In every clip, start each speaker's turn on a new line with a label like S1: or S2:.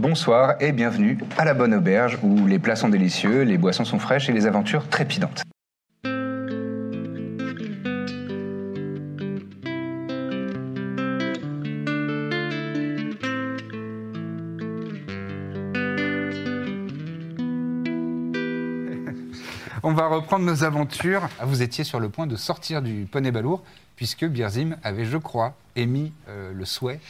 S1: Bonsoir et bienvenue à la Bonne Auberge où les plats sont délicieux, les boissons sont fraîches et les aventures trépidantes. On va reprendre nos aventures. Ah, Vous étiez sur le point de sortir du poney balourd, puisque Birzim avait, je crois, émis euh, le souhait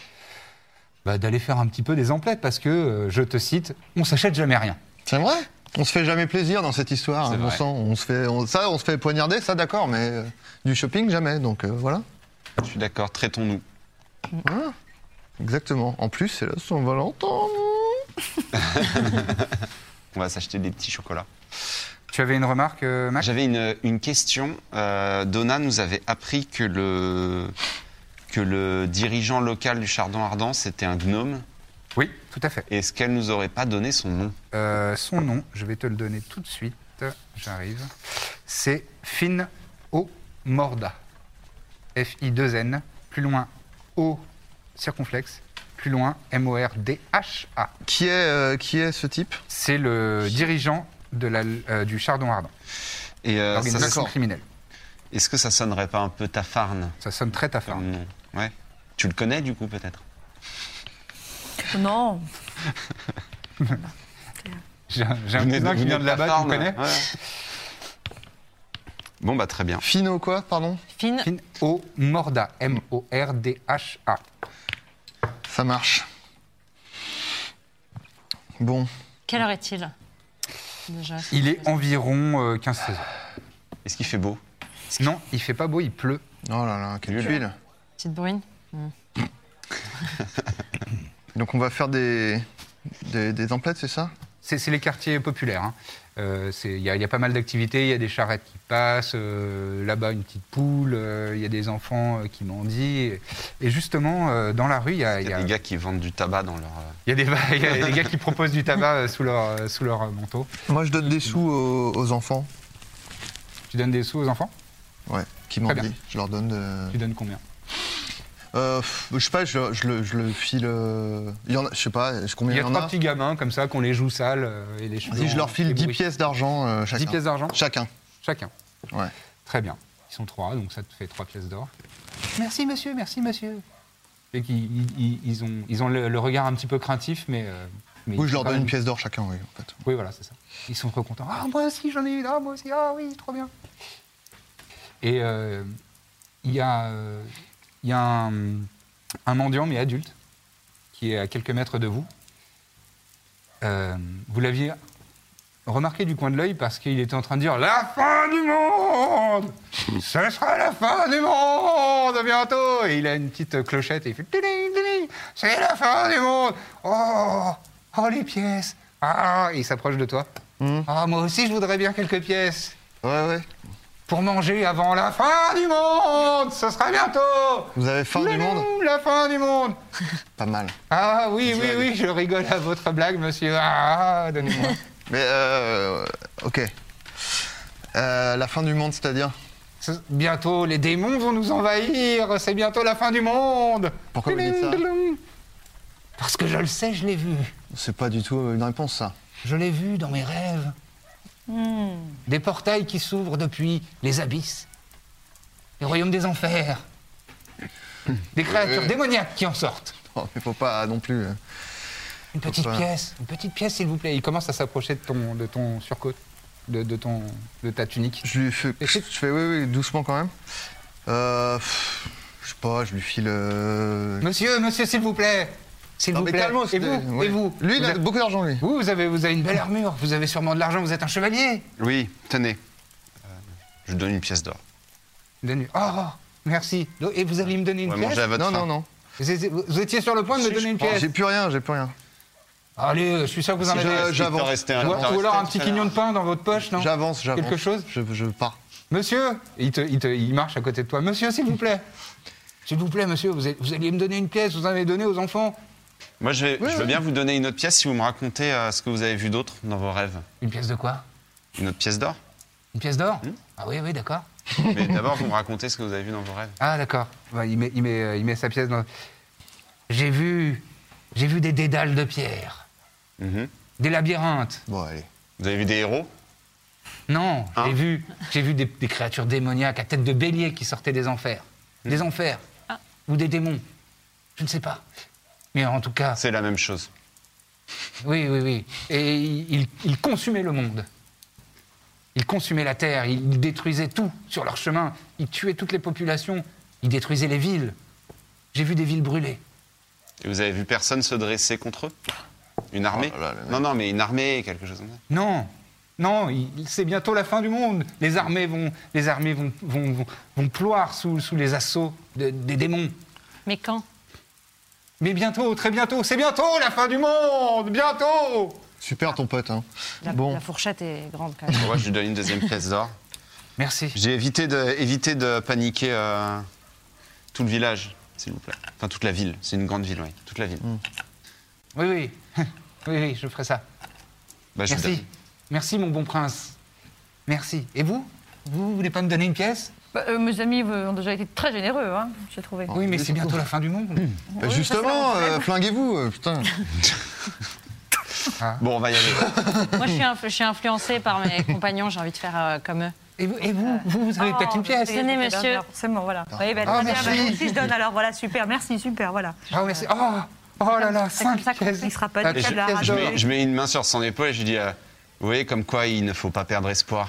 S1: bah, d'aller faire un petit peu des emplettes, parce que, euh, je te cite, on s'achète jamais rien.
S2: C'est vrai On se fait jamais plaisir dans cette histoire,
S1: C'est
S2: hein, bon
S1: vrai.
S2: sang. On se fait, on- ça, on se fait poignarder, ça d'accord, mais euh, du shopping jamais. Donc euh, voilà.
S3: Je suis d'accord, traitons-nous.
S2: Voilà. Exactement. En plus, c'est là Saint Valentin.
S3: On va s'acheter des petits chocolats.
S1: Tu avais une remarque, euh, Max
S3: J'avais une, une question. Euh, Donna nous avait appris que le, que le dirigeant local du Chardon Ardent, c'était un gnome.
S1: Oui, tout à fait.
S3: Est-ce qu'elle nous aurait pas donné son nom
S1: Euh, son nom, je vais te le donner tout de suite. J'arrive. C'est Fin O Morda. F-I-2-N. Plus loin, O circonflexe. Plus loin, M-O-R-D-H-A.
S2: Qui est, euh, qui est ce type
S1: C'est le dirigeant de la, euh, du Chardon Ardent,
S3: Et euh, ça-
S1: l'organisation
S2: d'accord.
S1: criminelle.
S3: Est-ce que ça sonnerait pas un peu tafarne
S1: Ça sonne très ta
S3: comme nom Ouais. Tu le connais du coup peut-être
S4: Non,
S1: J'ai un j'ai un
S3: Vous n'êtes-
S1: cousin
S3: vous
S1: qui vient
S3: n'êtes
S1: de là-bas, tu
S3: Tafarne
S1: le connais
S3: Ouais. Bon bah très bien.
S2: Fino quoi, pardon
S4: fine.
S1: Fin O Morda. M-O-R-D-H-A.
S2: Ça marche. Bon,
S4: Quelle heure est-il Déjà.
S1: Il est environ 15-16 ans.
S3: Est-ce qu'il fait beau
S1: Non, il fait pas beau, il pleut.
S2: oh là là, quelle
S3: Nul.
S2: tuile.
S4: Petite bruine.
S2: Donc on va faire des des, des emplettes, c'est ça
S1: C'est c'est les quartiers populaires. hein. Euh, c'est- Il y, a- il y a pas mal d'activités, il y a des charrettes qui passent, euh, là-bas une petite poule, euh, il y a des enfants euh, qui mendient. Et, et justement, euh, dans la rue, il y a,
S3: Il y a des gars qui vendent du tabac dans leur. euh,
S1: il y a des, il y a des gars qui proposent du tabac euh, sous leur, euh, sous leur euh, manteau.
S2: Moi, je donne des sous aux, aux enfants.
S1: Tu donnes des sous aux enfants
S2: Ouais, qui
S1: Très
S2: m'ont
S1: bien.
S2: dit. Je leur donne. de-
S1: Tu donnes combien
S2: Euh, pff, je sais pas, je, je le, je le file. euh, Il y en a, je sais pas, je- combien
S1: Il
S2: il
S1: y
S2: y
S1: a
S2: en
S1: trois
S2: a
S1: petits gamins comme ça qu'on les joue sales euh, et les cheveux.
S2: Si je
S1: en-
S2: leur file 10
S1: éblouis.
S2: pièces d'argent euh,
S1: 10
S2: chacun.
S1: pièces d'argent
S2: Chacun.
S1: Chacun.
S2: Ouais.
S1: Très bien. Ils sont trois, donc ça te fait trois pièces d'or. Merci monsieur, merci monsieur. Et qu'ils ils- ils- ils ont, ils ont le, le regard un petit peu craintif, mais. euh, mais
S2: Oui,
S1: ils
S2: je leur
S1: sont quand
S2: donne
S1: même-
S2: une pièce d'or chacun, oui, en fait.
S1: Oui, voilà, c'est ça. Ils sont trop contents. Ah, moi aussi, j'en ai une. Ah, moi aussi. Ah, oui, trop bien. Et euh, il y a, euh, il y a un, un mendiant, mais adulte, qui est à quelques mètres de vous. Euh, vous l'aviez remarqué du coin de l'œil parce qu'il était en train de dire La fin du monde Ce sera la fin du monde bientôt Et il a une petite clochette et il fait Tiling, tiling C'est la fin du monde Oh Oh les pièces Ah Et il s'approche de toi.
S2: Hmm.
S1: Ah, moi aussi, je voudrais bien quelques pièces
S2: Ouais, ouais.
S1: pour manger avant la fin du monde Ce sera bientôt
S2: Vous avez faim du
S1: Lalou,
S2: monde
S1: La fin du monde
S2: Pas mal.
S1: Ah oui, oui, oui, je rigole à votre blague, monsieur. Ah, donnez-moi.
S2: Mais, euh. Ok. Euh, la fin du monde, c'est-à-dire
S1: Ce- Bientôt, les démons vont nous envahir. C'est bientôt la fin du monde.
S2: Pourquoi vous dites ça
S1: Parce que je le sais, je l'ai vu.
S2: C'est pas du tout euh, une réponse, ça.
S1: Je l'ai vu dans mes rêves. Des portails qui s'ouvrent depuis les abysses. Le royaume des enfers. Des
S2: Euh,
S1: créatures démoniaques qui en sortent.
S2: Non, Oh, mais faut pas non plus. euh.
S1: Une petite
S2: Pourquoi
S1: pièce, une petite pièce, s'il vous plaît. Il commence à s'approcher de ton, de ton surcoat, de, de ton, de ta tunique.
S2: Je lui fais.
S1: Et
S2: Je
S1: c'est-
S2: fais, oui, oui, doucement quand même. Euh. pff, Je sais pas, je lui file. euh,
S1: Monsieur, monsieur, s'il vous plaît, s'il
S2: Non,
S1: vous
S2: mais
S1: plaît.
S2: calmos,
S1: et vous,
S2: ouais.
S1: et vous,
S2: Lui, il
S1: vous
S2: a
S1: êtes-
S2: beaucoup d'argent, lui.
S1: Vous, vous avez, vous avez une belle armure, vous avez sûrement de l'argent, vous êtes un chevalier.
S3: Oui, tenez. Euh, je donne une pièce d'or.
S1: Donne- Oh, merci. Et vous allez me donner une
S3: Ouais,
S1: pièce
S3: mangez à votre
S2: Non, non,
S3: faim.
S2: non.
S1: Vous étiez- Vous étiez sur le point de me
S3: Si,
S1: donner
S3: je
S1: une
S3: pense.
S1: pièce.
S2: J'ai plus rien, j'ai plus rien.
S1: Allez, euh, je suis sûr que vous en
S2: Si,
S1: avez.
S2: je-
S1: un.
S2: j'avance.
S1: Ou, ou alors un petit quignon de pain dans votre poche, non
S2: J'avance, j'avance.
S1: Quelque chose
S2: je, je pars.
S1: Monsieur il, te- il te- il marche à côté de toi. Monsieur, s'il vous plaît. S'il vous plaît, monsieur, vous, êtes- vous alliez me donner une pièce, vous en avez donné aux enfants.
S3: Moi, je, vais-
S2: Oui,
S3: je
S2: oui.
S3: veux bien vous donner une autre pièce si vous me racontez euh, ce que vous avez vu d'autre dans vos rêves.
S1: Une pièce de quoi
S3: Une autre pièce d'or
S1: Une pièce d'or
S3: Hmm.
S1: Ah oui, oui, d'accord.
S3: Mais d'abord, vous me racontez ce que vous avez vu dans vos rêves.
S1: Ah d'accord. Bah, il, met, il met, euh, il met sa pièce dans... J'ai vu, j'ai vu des dédales de pierre,
S3: Mhm.
S1: des labyrinthes.
S2: Bon, allez.
S3: Vous avez vu des héros
S1: Non,
S3: Hein
S1: j'ai vu, j'ai vu des, des créatures démoniaques à tête de bélier qui sortaient des enfers. Des enfers.
S4: Ah.
S1: Ou des démons. Je ne sais pas. Mais en tout cas,
S3: C'est la même chose.
S1: oui, oui, oui. Et ils il consumaient le monde. Ils consumaient la terre, ils détruisaient tout sur leur chemin. Ils tuaient toutes les populations, ils détruisaient les villes. J'ai vu des villes brûlées.
S3: Et vous avez vu personne se dresser contre eux Une armée
S2: Oh là là, le
S3: Non, non, mais une armée, quelque chose comme ça.
S1: Non, non, il- il- c'est bientôt la fin du monde. Les armées vont, les armées vont, vont, vont- vont ploire sous, sous les assauts de- des démons.
S4: Mais quand
S1: Mais bientôt, très bientôt, c'est bientôt la fin du monde, bientôt.
S2: Super ton pote, hein.
S4: la,
S2: bon,
S4: la fourchette est grande quand même.
S3: Moi, je lui donne une deuxième pièce d'or.
S1: Merci.
S3: J'ai évité de, évité de paniquer euh, tout le village, s'il vous plaît. Enfin, toute la ville. C'est une grande ville, oui. Toute la ville.
S2: Mm.
S1: Oui, oui, oui, oui, je ferai ça.
S3: Bah, je vous
S1: Merci,
S3: donne.
S1: merci mon bon prince. Merci. Et vous, vous, vous voulez pas me donner une pièce
S5: Bah, euh, mes amis euh, ont déjà été très généreux, hein, j'ai trouvé.
S1: Oui, mais c'est bientôt la fin du monde.
S2: Bah,
S5: Oui, ça,
S2: justement, euh, flinguez-vous, euh, putain.
S3: Bon, on va y aller.
S4: Moi, je suis, influ- je suis influencée par mes compagnons, j'ai envie de faire euh, comme eux.
S1: Et vous, et vous, vous, vous avez
S5: Oh,
S1: Ah, peut-être une pièce.
S4: Tenez, monsieur.
S5: Forcément, voilà. Oui, bah,
S1: Ah,
S5: très bien,
S1: merci.
S5: bah, moi aussi, je donne alors, voilà, super, merci, super, voilà.
S1: Ah, merci. Oh, oh là là,
S5: C'est comme
S1: cinq
S5: ça qu'on
S1: pièces.
S5: fixera pas de
S1: Cinq
S5: table à
S1: pièces
S3: Ah, je,
S1: d'or.
S5: ranger.
S3: mets, je mets une main sur son épaule et je lui dis euh, Vous voyez, comme quoi il ne faut pas perdre espoir.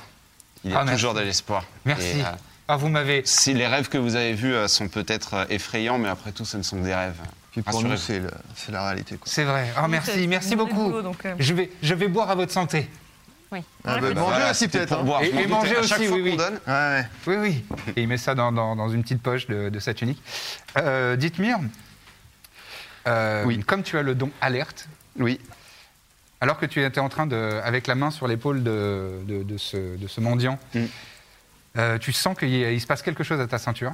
S3: Il y a
S1: Ah, merci.
S3: toujours de l'espoir.
S1: Merci.
S3: Et, euh,
S1: Ah, vous m'avez.
S3: si les rêves que vous avez vus euh, sont peut-être euh, effrayants, mais après tout, ce ne sont que des rêves.
S2: Puis pour nous,
S3: Rassurez-vous.
S2: c'est le- c'est la réalité, quoi.
S1: C'est vrai. Ah,
S5: c'est-
S1: merci, merci
S5: c'est le
S1: beaucoup.
S5: boulot, donc, euh.
S1: je, vais, je vais boire à votre santé.
S4: Oui.
S2: Ah, bah,
S5: Ouais,
S2: mangez
S3: Voilà,
S2: aussi,
S3: c'était
S2: peut-être.
S3: pour
S2: hein.
S3: boire.
S1: Et-
S3: Je m'en
S1: et
S3: doutais.
S1: manger
S3: À chaque
S1: aussi,
S3: fois
S1: oui,
S3: qu'on
S1: oui.
S3: donne-
S2: Ouais, ouais.
S1: Oui, oui. Et il met ça dans, dans- dans une petite poche de, de sa tunique. Euh, Dites-moi,
S2: Oui.
S1: comme tu as le don alerte,
S2: Oui.
S1: alors que tu étais en train de, avec la main sur l'épaule de, de- de ce, de ce mendiant,
S3: Mm.
S1: euh, tu sens qu'il y a- il se passe quelque chose à ta ceinture.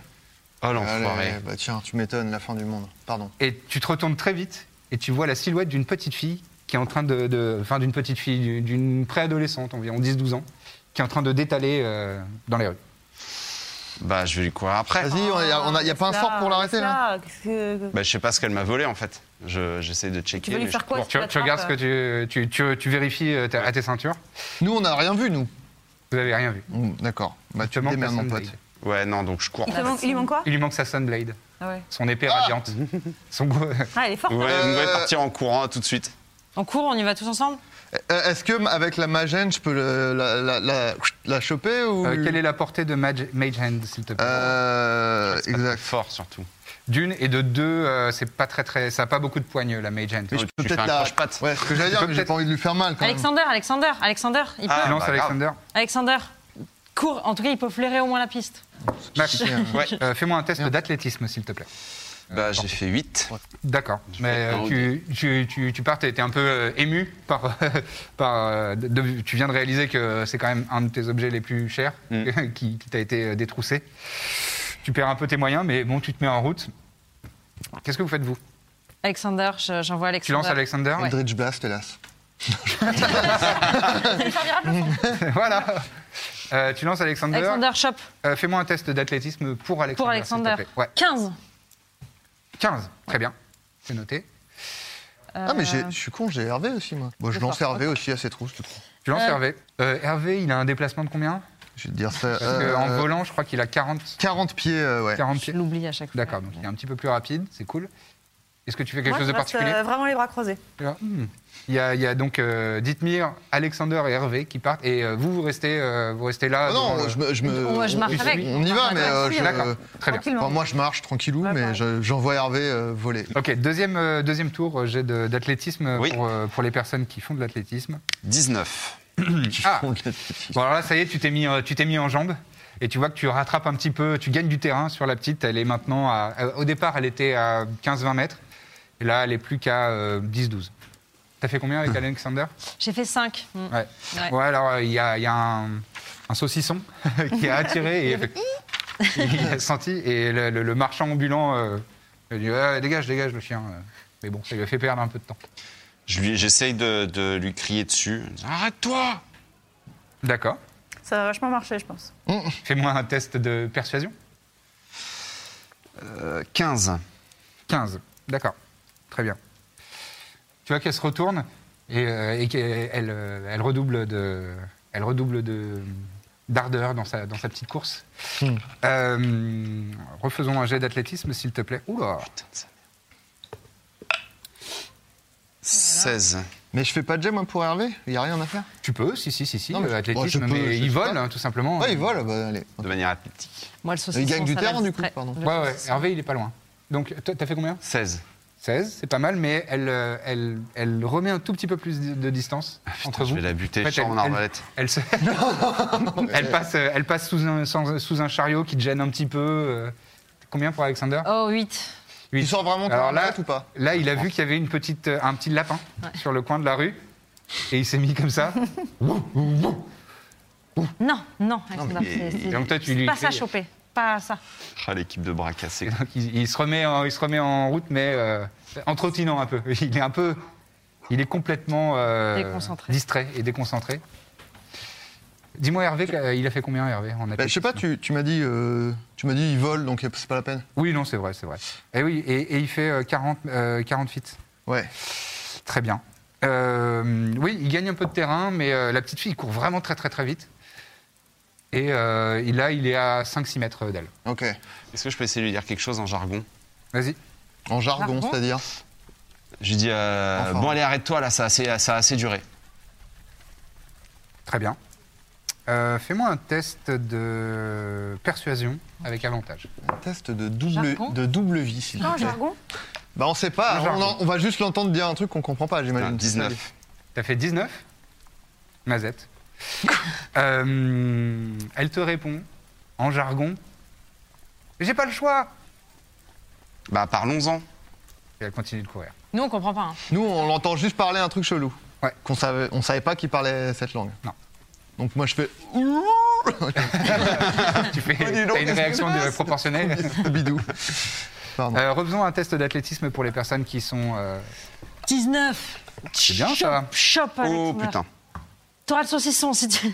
S3: Oh
S2: Allez,
S3: l'enfoiré.
S2: bah tiens, tu m'étonnes, la fin du monde. Pardon.
S1: Et tu te retournes très vite et tu vois la silhouette d'une petite fille qui est en train de. de- Enfin, d'une petite fille, d'une- d'une préadolescente, environ 10-12 ans, qui est en train de détaler euh, dans les rues.
S3: Bah, je vais lui courir après.
S2: Vas-y, on a- on a- y a pas un
S5: Laisse-la,
S2: sort pour l'arrêter, là
S5: laisse-la, Ah, qu'est-ce que-
S3: Bah, je sais pas ce qu'elle m'a volé en fait. Je- J'essaie de checker.
S5: Tu veux lui
S3: mais
S5: faire
S3: je-
S5: quoi si
S1: Tu, tu
S5: l'attrapes,
S1: regardes ce que
S5: euh
S1: tu, tu, tu- tu vérifies euh, ta- à tes ceintures.
S2: Nous, on n'a rien vu, nous.
S1: Vous n'avez rien vu.
S2: Mmh, D'accord. Bah, tu
S1: Il
S2: me
S1: manque
S2: démerdes,
S1: sa
S2: mon pote.
S1: sunblade.
S3: Ouais, non, donc je cours.
S5: Il te manque- Il lui manque quoi
S1: bah, Il lui manque sa Sunblade,
S5: Ah ouais.
S1: son épée radiante. Son euh, beau-
S5: Ah, elle est forte.
S3: Ouais,
S5: hein.
S3: vous
S1: Euh,
S3: pouvez partir en courant tout de suite.
S4: On court, on y va tous ensemble
S2: Euh, Est-ce que avec la magène, je peux le- la, la, la, la choper ou
S1: Euh, quelle est la portée de Mage, Mage Hand, s'il te plaît
S2: Euh,
S3: C'est pas
S2: Exact.
S3: très Fort surtout.
S1: D'une et de deux, euh, c'est pas très très. Ça n'a pas beaucoup de poignes, la Mage Hand.
S2: Mais je
S3: Oh, tu
S2: peux
S3: fais
S2: peut-être
S3: un
S2: la.
S3: croche-patte.
S2: Ouais, ce que j'allais
S1: Tu
S2: dire,
S1: peux
S2: mais j'ai
S1: peut-être-
S2: pas envie de lui faire mal quand même.
S4: Alexander, Alexander, Alexander, il peut.
S3: Ah.
S1: Silence,
S3: bah, grave.
S1: Alexander.
S4: Alexander, cours. En tout cas, il peut flairer au moins la piste.
S1: Max,
S3: Ouais.
S1: euh, fais-moi un test d'athlétisme, s'il te plaît.
S3: Bah, j'ai fait 8.
S1: D'accord. Mais
S3: fais un
S1: euh,
S3: ou
S1: tu, tu, tu, tu pars, t'es t'es un peu euh, ému par. par euh, de- de- tu viens de réaliser que c'est quand même un de tes objets les plus chers
S3: Mm.
S1: qui, qui t'a été euh, détroussé. Tu perds un peu tes moyens, mais bon, tu te mets en route. Qu'est-ce que vous faites, vous
S4: Alexander, je- j'envoie Alexander.
S1: Tu lances Alexander
S4: Ouais.
S2: Eldritch Blast, hélas.
S1: Voilà Euh, Tu lances Alexander.
S4: Alexander, chope.
S1: Euh, Fais-moi un test d'athlétisme pour Alexander.
S4: Pour
S1: s'il te
S4: Alexander.
S1: plaît. Ouais.
S4: 15.
S1: 15, très bien. C'est noté.
S2: Ah, mais j'ai- je suis con, j'ai Hervé aussi, moi. Bon, je lance Hervé aussi à ses trous, je te prends.
S1: Tu lances
S4: Euh.
S1: Hervé. Euh, Hervé, il a un déplacement de combien
S2: Je vais te dire ça.
S1: Parce
S2: euh,
S1: qu'en volant, je crois qu'il a 40,
S2: 40 pieds, euh, ouais.
S1: 40
S4: Je
S1: pieds.
S4: l'oublie à chaque fois.
S1: D'accord, donc il est un petit peu plus rapide, c'est cool. Est-ce que tu fais quelque
S5: Moi,
S1: chose de
S5: je reste,
S1: particulier
S5: euh, Vraiment les bras croisés.
S1: Hmm. il, y a, il y a donc euh, Dithmir, Alexander et Hervé qui partent, et euh, vous, vous restez, euh, vous restez là.
S2: Ah
S1: devant
S2: non,
S1: le-
S2: je me. Je me-
S4: Ouais, je marche
S2: on-
S4: avec.
S2: On y va, mais. euh, je-
S1: D'accord, très bien.
S5: Tranquillement.
S2: Enfin, moi, je marche tranquillou,
S5: Ouais,
S2: mais
S5: pareil.
S2: je- j'envoie Hervé euh, voler.
S1: Ok, deuxième, euh, deuxième tour, euh, jet de- d'athlétisme
S3: Oui.
S1: pour, euh, pour les personnes qui font de l'athlétisme.
S3: 19.
S1: Ah Bon, alors là, ça y est, tu t'es mis, euh, tu t'es mis en jambe. Et tu vois que tu rattrapes un petit peu, tu gagnes du terrain sur la petite. Elle est maintenant à. euh, Au départ, elle était à 15-20 mètres. Et là, elle est plus qu'à euh, 10-12. T'as fait combien avec Alexander
S4: J'ai fait Mm. 5.
S1: Ouais. Ouais, alors euh, il y a, il y a un, un saucisson qui a attiré et il a fait- il a senti. Et le, le- le marchand ambulant euh, lui a dit Ah, Dégage, dégage le chien. Mais bon, ça lui a fait perdre un peu de temps.
S3: Je lui- J'essaye de, de lui crier dessus. en disant, Arrête-toi
S1: D'accord.
S5: Ça va vachement marcher, je pense.
S1: Fais-moi un test de persuasion.
S3: Euh, 15.
S1: 15. D'accord. Très bien. Tu vois qu'elle se retourne et, euh, et qu'elle elle, euh, elle redouble de, elle redouble de d'ardeur dans sa, dans sa petite course.
S2: Hmm.
S1: Euh, refaisons un jet d'athlétisme, s'il te plaît. Oula
S3: 16.
S2: Mais je fais pas de jet, moi, pour Hervé Il n'y a rien à faire
S1: Tu peux, si, si, si, si.
S2: Non, mais je-
S1: euh, athlétisme,
S2: bon, je peux-
S1: mais
S2: je
S1: il
S2: sais
S1: vole,
S2: pas.
S1: hein, tout simplement.
S2: Ouais, il vole, bah allez.
S3: De manière athlétique.
S4: Moi, le saucisson,
S2: Il gagne du
S4: ça va
S2: terrain, du coup,
S4: très-
S2: pardon.
S4: le
S1: Ouais, ouais,
S4: saucisson.
S1: Hervé, il est pas loin. Donc, toi, t'as fait combien
S3: 16.
S1: 16, c'est pas mal, mais elle, euh, elle, elle remet un tout petit peu plus de- de distance
S2: Ah,
S1: entre
S3: je
S1: vous.
S3: vais la buter,
S1: En fait,
S3: je sors
S1: elle- elle-
S3: mon arbalète.
S1: Elle, se- elle passe, euh, elle passe sous, un, sans- sous un chariot qui te gêne un petit peu. euh. Combien pour Alexander
S4: Oh, 8.
S1: Huit.
S2: Il sort vraiment
S1: Alors
S2: ton
S1: là-
S2: arbalète ou pas
S1: Là, il a vu qu'il y avait une petite, euh, un petit lapin sur le coin de la rue. Et il s'est mis comme ça.
S4: Non, non, Alexandre,
S3: mais-
S4: c'est- c'est-
S1: Donc toi, tu lui
S4: Pas ça
S1: cries.
S4: choper. Pas ça.
S3: Ah, L'équipe de bras cassés.
S1: Et donc, il, il se remet en, il se remet en route, mais euh, en trottinant un peu. Il est un peu. Il est complètement euh,
S4: Déconcentré.
S1: distrait et déconcentré. Dis-moi, Hervé, qu'a- il a fait combien, Hervé en
S2: Bah, Je sais
S1: athlétisme
S2: pas, tu, tu m'as dit, euh, tu m'as dit, il vole, donc c'est pas la peine.
S1: Oui, non, c'est vrai, c'est vrai. Et oui, et, et il fait euh, 40, euh, 40 feet.
S2: Ouais.
S1: Très bien. Euh, oui, il gagne un peu de terrain, mais euh, la petite fille court vraiment très très très vite. Et euh, et là, il est à 5-6 mètres d'elle.
S2: Ok.
S3: Est-ce que je peux essayer de lui dire quelque chose en jargon
S1: Vas-y.
S2: En jargon,
S5: Jargon
S2: c'est-à-dire.
S3: Je lui dis euh,
S2: Enfin.
S3: Bon, allez, arrête-toi là, ça a assez, ça a assez duré.
S1: Très bien. Euh, Fais-moi un test de persuasion avec avantage.
S2: Un test de double,
S4: Jargon
S2: de double vie, s'il
S5: Non,
S2: te plaît.
S5: jargon
S2: Bah, on sait pas,
S1: Le
S2: on,
S1: jargon.
S2: en- on va juste l'entendre dire un truc qu'on comprend pas,
S3: Ah,
S2: j'imagine.
S3: 19.
S1: T'as fait 19 Mazette. Euh, elle te répond en jargon. J'ai pas le choix
S3: Bah, parlons-en.
S1: Et elle continue de courir.
S4: Nous, on comprend pas. hein.
S2: Nous, on l'entend juste parler un truc chelou.
S1: Ouais.
S2: Qu'on savait, on savait pas qu'il parlait cette langue.
S1: Non.
S2: Donc moi, je fais.
S1: tu fais
S2: Oh, dis donc,
S1: t'as une
S2: qu'est-ce
S1: réaction
S2: qui se
S1: de-
S2: passe
S1: proportionnelle.
S2: Bidou. Pardon.
S1: Euh, refaisons un test d'athlétisme pour les personnes qui sont. euh,
S4: 19.
S1: C'est bien, ça.
S4: Chope, Chope,
S3: Oh
S4: Alexandre.
S3: putain.
S4: T'auras le saucisson si tu.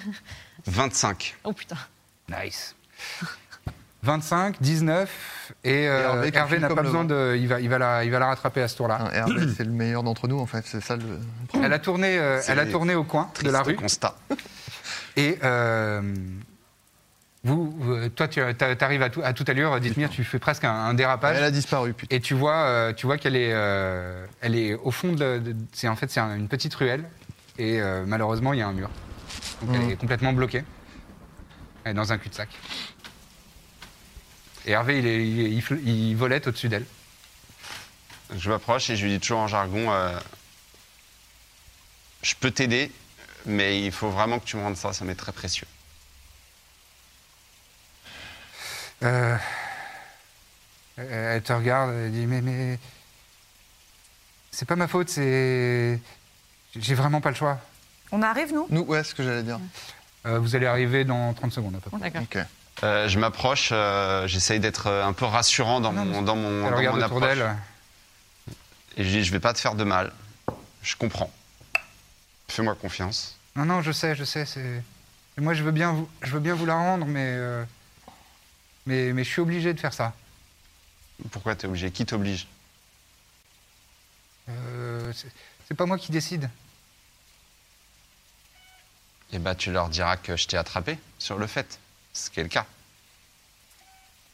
S3: 25.
S4: Oh putain.
S1: Nice. 25, 19, et, euh,
S2: Et Hervé qui
S1: Hervé
S2: file
S1: n'a
S2: comme
S1: pas
S2: le
S1: besoin
S2: vent.
S1: de. Il va, il va, la, il va la rattraper à ce tour-là.
S2: Hein, Hervé, c'est le meilleur d'entre nous, en fait. C'est ça le.
S1: Elle, a tourné, euh,
S3: C'est
S1: elle a tourné au coin de
S3: Triste
S1: la rue,
S3: constat.
S1: et euh, vous, vous- toi, tu arrives à, tout, à toute allure, Dithmir, tu fais presque un, un dérapage.
S2: Elle a disparu, putain.
S1: Et tu vois, euh, tu vois qu'elle est, euh, elle est au fond de, la- de- c'est en fait c'est un- une petite ruelle et euh, malheureusement il y a un mur, donc elle est complètement bloquée. Elle est dans un cul-de-sac. Et Hervé il, est- il, est- il fl- il volette au-dessus d'elle.
S3: Je m'approche et je lui dis toujours en jargon euh, Je peux t'aider, mais il faut vraiment que tu me rendes ça, ça m'est très précieux.
S1: Euh, euh, elle te regarde, elle dit mais mais c'est pas ma faute, c'est j'ai vraiment pas le choix.
S5: On arrive, nous
S2: Nous, ouais, c'est ce que j'allais dire.
S1: Euh, vous allez arriver dans 30 secondes à peu près.
S4: D'accord.
S2: Ok.
S3: Euh, je m'approche, euh, j'essaye d'être euh, un peu rassurant dans
S1: Non,
S3: mon,
S1: mais-
S3: dans mon,
S1: Elle
S3: dans
S1: regarde
S3: mon
S1: autour
S3: approche.
S1: d'elle.
S3: Et je dis Je vais pas te faire de mal. Je comprends. Fais-moi confiance.
S1: Non, non, je sais, je sais. C'est et moi, je veux bien, vous... je veux bien vous la rendre, mais euh, mais, mais je suis obligé de faire ça.
S3: Pourquoi t'es obligé Qui t'oblige
S1: Euh, c'est- c'est pas moi qui décide.
S3: Eh bah, tu leur diras que je t'ai attrapé sur le fait. Ce qui est le cas.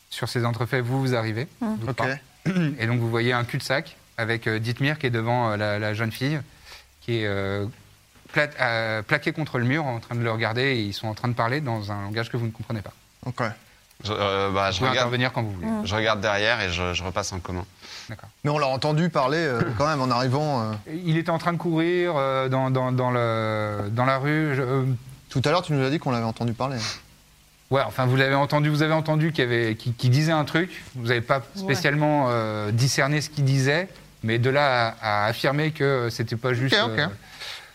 S1: Sur ces entrefaits, vous vous arrivez. vous
S2: Ok.
S1: pas. Et donc vous voyez un cul-de-sac avec euh, Dithmir qui est devant euh, la, la jeune fille, qui est euh, pla- euh, plaquée contre le mur, en train de le regarder. Et ils sont en train de parler dans un langage que vous ne comprenez pas.
S2: Ok.
S3: Je, euh, bah,
S1: Vous
S3: je
S1: pouvez
S3: regarde,
S1: intervenir quand vous voulez.
S3: je regarde derrière et je, je repasse en commun.
S1: D'accord.
S2: Mais on l'a entendu parler euh, quand même en arrivant. euh,
S1: Il était en train de courir euh, dans, dans, dans, le, dans la rue. je- euh,
S2: Tout à l'heure, tu nous as dit qu'on l'avait entendu parler.
S1: Ouais, enfin, vous l'avez entendu, vous avez entendu qu'il y avait- qu'il- qu'il disait un truc. Vous n'avez pas spécialement euh, discerné ce qu'il disait, mais de là à, à affirmer que c'était pas juste. euh,
S2: ok.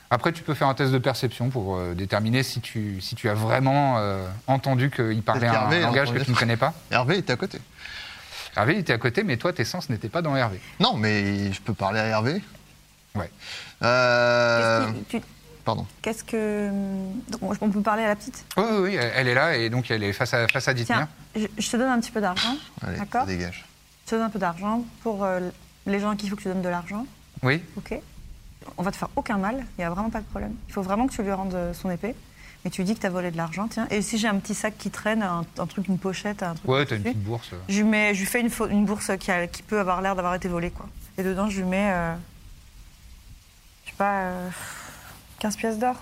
S1: Après, tu peux faire un test de perception pour euh, déterminer si tu, si tu as vraiment euh, entendu qu'il parlait
S2: Peut-être
S1: un,
S2: qu'Hervé a
S1: langage que
S2: entendu.
S1: tu ne connais pas.
S2: Hervé était à côté.
S1: Hervé, il était à côté, mais toi, tes sens n'étaient pas dans Hervé.
S2: Non, mais je peux parler à Hervé.
S1: Ouais.
S2: Euh,
S5: Qu'est-ce qu'il- tu-
S2: Pardon.
S5: Qu'est-ce que. hum, donc, on peut parler à la petite
S1: Oui, oui, oui, elle est là, et donc elle est face à, face à Dithmir.
S5: Tiens, je, je te donne un petit peu d'argent.
S2: Allez,
S5: D'accord.
S2: dégage.
S5: Je te donne un peu d'argent pour euh, les gens à qui il faut que tu donnes de l'argent.
S1: Oui,
S5: Ok. On va te faire aucun mal, il n'y a vraiment pas de problème. Il faut vraiment que tu lui rendes euh, son épée. Mais tu lui dis que tu as volé de l'argent, tiens. Et si j'ai un petit sac qui traîne, un, un truc, une pochette, un truc.
S1: ouais, t'as une
S5: dessus,
S1: petite bourse. euh.
S5: Je lui, mets, je lui fais une, fau- une bourse qui, a- qui peut avoir l'air d'avoir été volée, quoi. Et dedans, je lui mets. euh, je sais pas. euh, 15 pièces d'or.